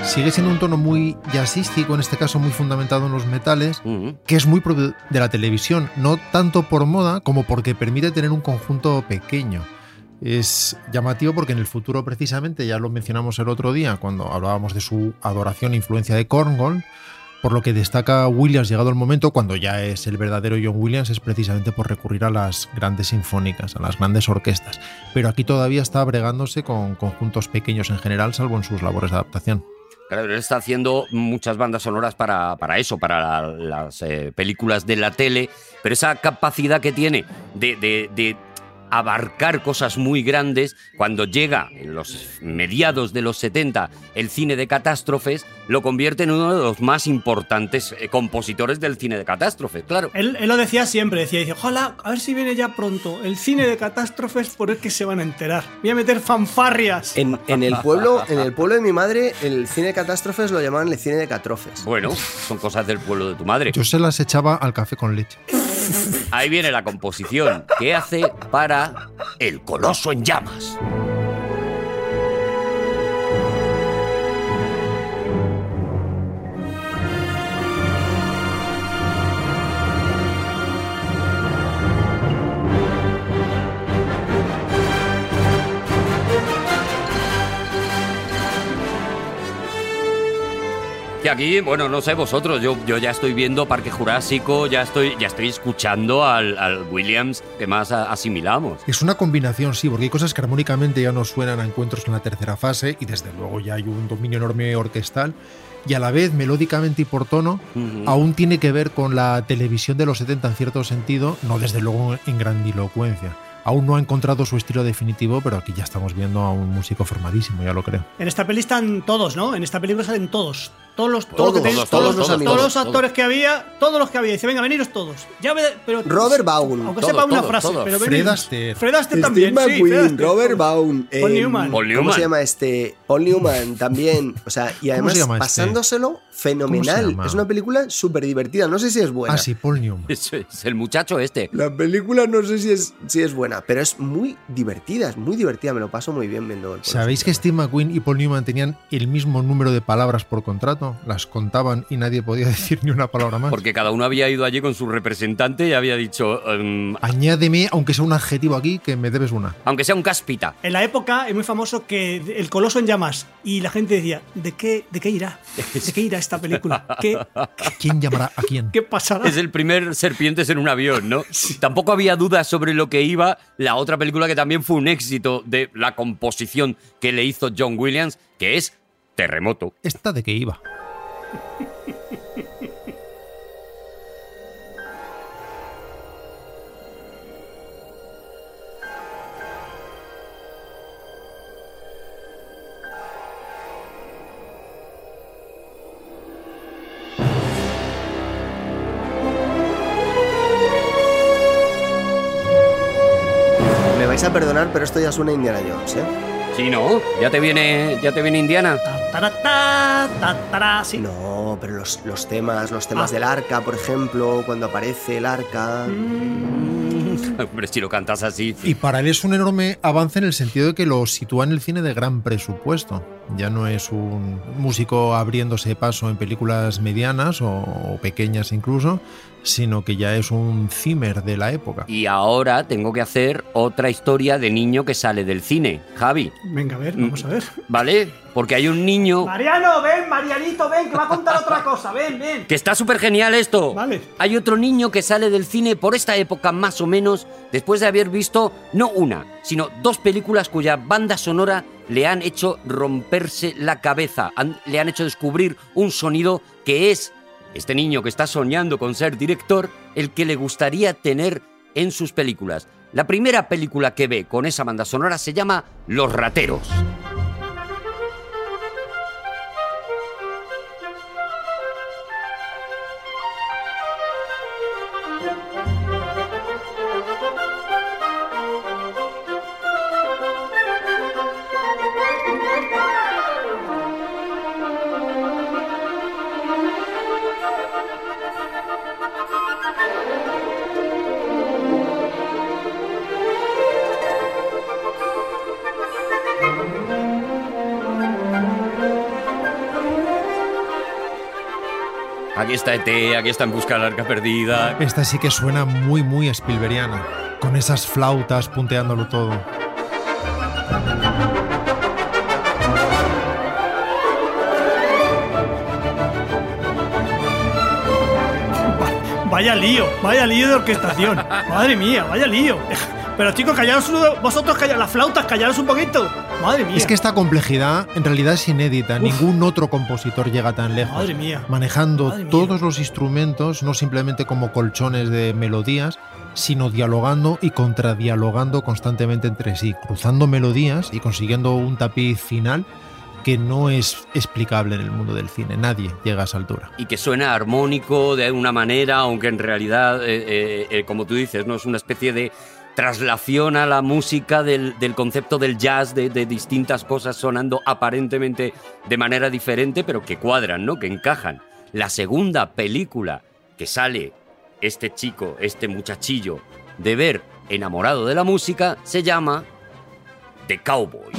sigue siendo un tono muy jazzístico, en este caso muy fundamentado en los metales,
Mm.
que es muy propio de la televisión, no tanto por moda como porque permite tener un conjunto pequeño. Es llamativo porque en el futuro, precisamente, ya lo mencionamos el otro día cuando hablábamos de su adoración e influencia de Cornwall, por lo que destaca Williams llegado el momento, cuando ya es el verdadero John Williams, es precisamente por recurrir a las grandes sinfónicas, a las grandes orquestas. Pero aquí todavía está bregándose con conjuntos pequeños en general, salvo en sus labores de adaptación.
Claro, él está haciendo muchas bandas sonoras para, para eso, para la- las eh, películas de la tele, pero esa capacidad que tiene de, de- de abarcar cosas muy grandes, cuando llega en los mediados de los 70 el cine de catástrofes, lo convierte en uno de los más importantes eh, compositores del cine de catástrofes, claro.
Él, él lo decía siempre, decía, dice, ojalá, a ver si viene ya pronto el cine de catástrofes por el que se van a enterar. Voy a meter fanfarrias.
En, en el pueblo, en el pueblo de mi madre, el cine de catástrofes lo llamaban el cine de catrofes.
Bueno, son cosas del pueblo de tu madre.
Yo se las echaba al café con leche.
Ahí viene la composición que hace para El Coloso en Llamas. Que aquí, bueno, no sé vosotros, yo, yo ya estoy viendo Parque Jurásico, ya estoy, ya estoy escuchando al, al Williams que más a- asimilamos.
Es una combinación, sí, porque hay cosas que armónicamente ya nos suenan a encuentros en la tercera fase y desde luego ya hay un dominio enorme orquestal y a la vez melódicamente y por tono
Ujú.
aún tiene que ver con la televisión de los 70 en cierto sentido, no desde luego en grandilocuencia. Aún no ha encontrado su estilo definitivo, pero aquí ya estamos viendo a un músico formadísimo, ya lo creo.
En esta peli están todos, ¿no? En esta película salen todos. Todos los,
Todos,
todo lo que tenéis-
todos, todos los amigos,
todos los
todos.
actores que había, todos los que había. Dice, venga, veniros todos. Ya me- pero,
Robert Baum,
Aunque
todos,
sepa una
todos,
frase,
todos.
pero
Fred
venid.
Astaire.
Fred Astaire
Steve
también, sí,
Este McQueen,
Fred Astaire.
Robert Baum,
Paul
eh,
Newman.
Paul
¿Cómo
Newman.
se llama este? Paul Newman también. O sea, y además
llama este?
pasándoselo
¿Cómo se
fenomenal.
llama?
Es una película súper divertida. No sé si es buena.
Ah, sí, Paul Newman.
Es, es el muchacho este.
La película no sé si es, si es buena, pero es muy divertida, es muy divertida. Me lo paso muy bien viendo el
¿Sabéis que Steve McQueen y Paul Newman tenían el mismo número de palabras por contrato? Las contaban y nadie podía decir ni una palabra más.
Porque cada uno había ido allí con su representante y había dicho, em,
Añádeme, aunque sea un adjetivo aquí, que me debes una.
aunque sea un cáspita.
En la época es muy famoso que el coloso en llamas y la gente decía, ¿de qué, de qué irá? ¿De qué irá esta película? ¿Qué,
¿Quién llamará a quién?
qué pasará?
Es el primer Serpientes en un avión, ¿no? Tampoco había dudas sobre lo que iba la otra película que también fue un éxito de la composición que le hizo John Williams, que es Terremoto.
¿Esta de qué iba?
Me vais a perdonar, pero esto ya suena a Indiana Jones, ¿eh?
Si no, ya te viene, ya te viene Indiana.
Ta, tara, ta, ta, tara, sí.
No, pero los, los temas, los temas
Ah. Mm.
del arca, por ejemplo, cuando aparece el arca.
Hombre, si lo cantas así.
Y para él es un enorme avance en el sentido de que lo sitúa en el cine de gran presupuesto. Ya no es un músico abriéndose paso en películas medianas o, o pequeñas incluso, sino que ya es un Zimmer de la época.
Y ahora tengo que hacer otra historia de niño que sale del cine, Javi,
Venga, a ver,
Mm.
vamos a ver.
¿vale? Porque hay un
Oh.
niño
Mariano, ven, Marianito, ven, que va a contar otra cosa, ven, ven.
que está súper genial esto.
Vale.
Hay otro niño que sale del cine por esta época más o menos, después de haber visto no una, sino dos películas cuya banda sonora le han hecho romperse la cabeza, han- le han hecho descubrir un sonido que es este niño que está soñando con ser director, el que le gustaría tener en sus películas. La primera película que ve con esa banda sonora se llama Los Rateros. Aquí está ET, aquí está En Busca del Arca Perdida.
Esta sí que suena muy, muy Spielbergiana, con esas flautas punteándolo todo.
Vaya lío, vaya lío de orquestación. Madre mía, vaya lío. Pero chicos, callaros uno- vosotros, callaros las flautas, callaros un poquito. Madre mía.
Es que esta complejidad en realidad es inédita, ningún otro compositor llega tan lejos.
Madre mía.
Manejando
Madre mía.
todos los instrumentos, no simplemente como colchones de melodías, sino dialogando y contradialogando constantemente entre sí, cruzando melodías y consiguiendo un tapiz final que no es explicable en el mundo del cine. Nadie llega a esa altura.
y que suena armónico de una manera, aunque en realidad, eh, eh, eh, como tú dices, no es una especie de traslación a la música del, del concepto del jazz, de, de distintas cosas sonando aparentemente de manera diferente, pero que cuadran, ¿no? Que encajan. La segunda película que sale este chico, este muchachillo, de ver enamorado de la música, se llama The Cowboys.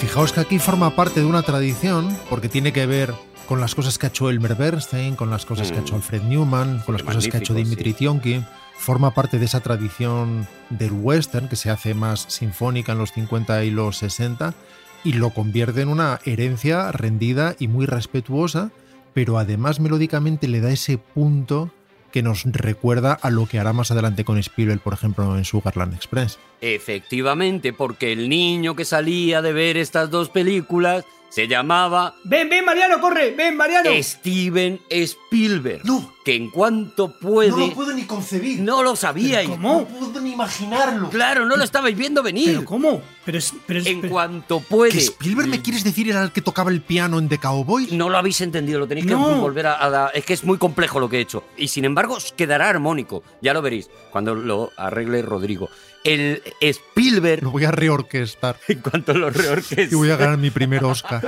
Fijaos que aquí forma parte de una tradición, porque tiene que ver con las cosas que ha hecho Elmer Bernstein, con las cosas que ha hecho Alfred Newman, con las
Mm. Qué
cosas que ha hecho
magnífico,
Dimitri Tionkin. Forma parte de esa tradición del western que se hace más sinfónica en los 50 y los 60 y lo convierte en una herencia rendida y muy respetuosa, pero además melódicamente le da ese punto que nos recuerda a lo que hará más adelante con Spielberg, por ejemplo, en Sugarland Express.
Efectivamente, porque el niño que salía de ver estas dos películas se llamaba
Ven, ven, Mariano, corre, ven, Mariano.
Steven Spielberg.
No.
Que en cuanto puede. No lo,
ni concebir.
sabíais.
¿Cómo?
puedo ni imaginarlo.
Claro, no lo estabais viendo venir.
¿Pero cómo? Pero es. Pero es-
en
pero-
cuanto puede.
¿Que Spielberg me quieres decir era el que tocaba el piano en The Cowboy?
No lo habéis entendido, lo tenéis que
No.
volver a, a dar. Es que es muy complejo lo que he hecho. Y sin embargo, os quedará armónico. Ya lo veréis cuando lo arregle Rodrigo. El Spielberg,
Lo voy a reorquestar
en cuanto lo reorquestes.
y voy a ganar mi primer Oscar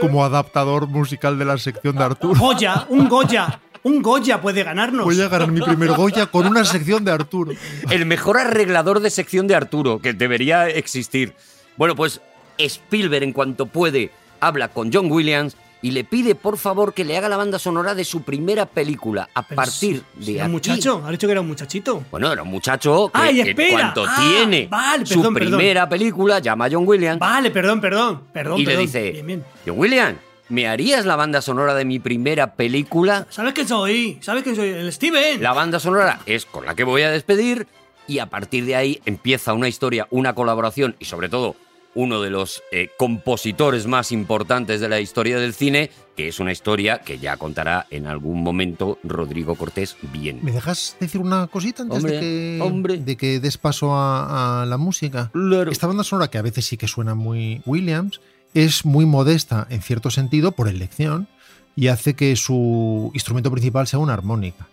como adaptador musical de la sección de Arturo.
Goya, un Goya. Un Goya puede ganarnos.
Voy a ganar mi primer Goya con una sección de Arturo.
El mejor arreglador de sección de Arturo, que debería existir. Bueno, pues Spielberg, en cuanto puede, habla con John Williams y le pide, por favor, que le haga la banda sonora de su primera película. A
Pero
partir
si-
de
si era
aquí-
un muchacho, ha dicho que era un muchachito.
Bueno, era un muchacho que,
¡Ay,
que
espera!
en cuanto
Ah,
tiene
vale,
su
perdón, perdón.
primera película, llama a John Williams
Vale, perdón, perdón, perdón.
y le
perdón.
dice,
Bien, bien.
John Williams, ¿me harías la banda sonora de mi primera película?
¿Sabes quién soy? ¿Sabes quién soy? El Steven.
La banda sonora es con la que voy a despedir y a partir de ahí empieza una historia, una colaboración y sobre todo uno de los eh, compositores más importantes de la historia del cine, que es una historia que ya contará en algún momento Rodrigo Cortés bien.
¿Me dejas decir una cosita antes
Hombre,
de, que,
hombre.
de que des paso a, a la música? Esta banda sonora, que a veces sí que suena muy Williams, es muy modesta en cierto sentido por elección y hace que su instrumento principal sea una armónica.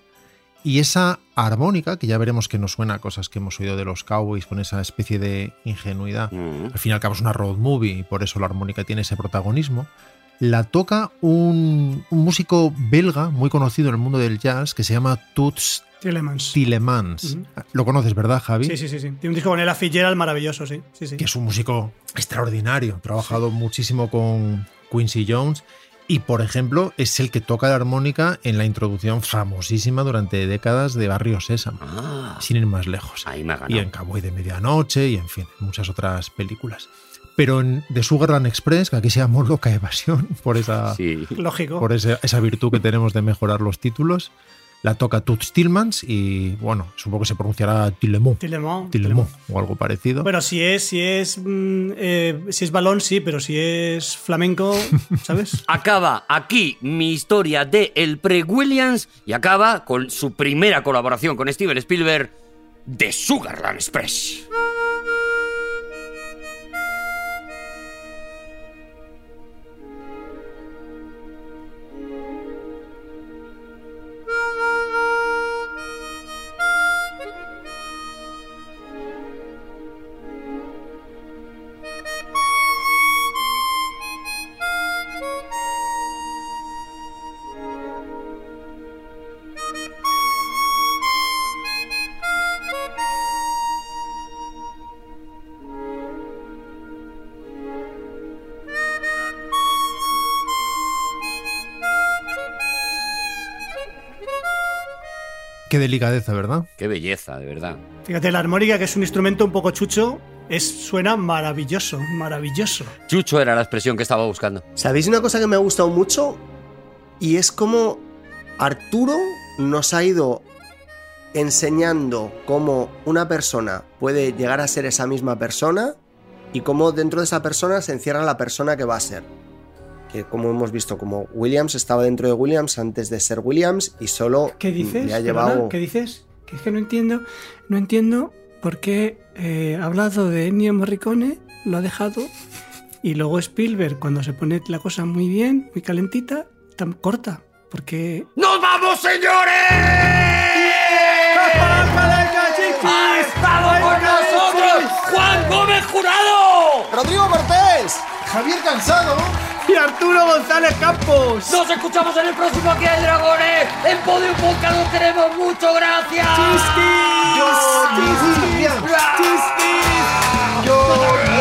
Y esa armónica, que ya veremos que nos suena a cosas que hemos oído de los cowboys con esa especie de ingenuidad,
Mm.
al fin y al cabo es una road movie y por eso la armónica tiene ese protagonismo, la toca un, un músico belga muy conocido en el mundo del jazz que se llama Toots
Tillemans.
Tillemans.
Ujú.
Lo conoces, ¿verdad, Javi?
Sí, sí, sí, sí. Tiene un disco con el Fitzgerald maravilloso, sí. sí, sí.
que es un músico extraordinario, ha trabajado muchísimo con Quincy Jones y, por ejemplo, es el que toca la armónica en la introducción famosísima durante décadas de Barrio Sésamo,
Ah,
sin ir más lejos.
ahí me ha
Y
ganado.
en Cowboy de Medianoche y, en fin, en muchas otras películas. Pero en The Sugarland Express, que aquí se llamó Loca Evasión, por esa,
Sí.
Lógico.
por ese- esa virtud que tenemos de mejorar los títulos, la toca Toots Tillmans y, bueno, supongo que se pronunciará Tillemont,
Tillemans.
Tillemont o algo parecido.
Bueno, si es, si es, mm, eh, si es balón, sí, pero si es flamenco, ¿sabes?
Acaba aquí mi historia de El Pre-Williams y acaba con su primera colaboración con Steven Spielberg de Sugarland Express.
Qué delicadeza, ¿verdad?
Qué belleza, de verdad.
Fíjate, la armónica, que es un instrumento un poco chucho, es, suena maravilloso, maravilloso.
Chucho era la expresión que estaba buscando.
¿Sabéis una cosa que me ha gustado mucho? Y es como Arturo nos ha ido enseñando cómo una persona puede llegar a ser esa misma persona y cómo dentro de esa persona se encierra la persona que va a ser. Que como hemos visto, como Williams estaba dentro de Williams antes de ser Williams y solo
¿Qué dices?
le ha
Perdona,
llevado...
¿Qué dices? Que es que no entiendo, no entiendo por qué eh, ha hablado de Ennio Morricone, lo ha dejado, y luego Spielberg, cuando se pone la cosa muy bien, muy calentita, tan corta. Porque.
¡Nos vamos, señores!
¡Ha estado con nosotros Juan Gómez Jurado!
Rodrigo Cortés, Javier Cansado,
¡Y Arturo González Campos!
Nos escuchamos en el próximo Aquí hay Dragones. En Podium Podcast lo tenemos. Mucho gracias.
Yo, Williams.
¡Gracias!
Yo,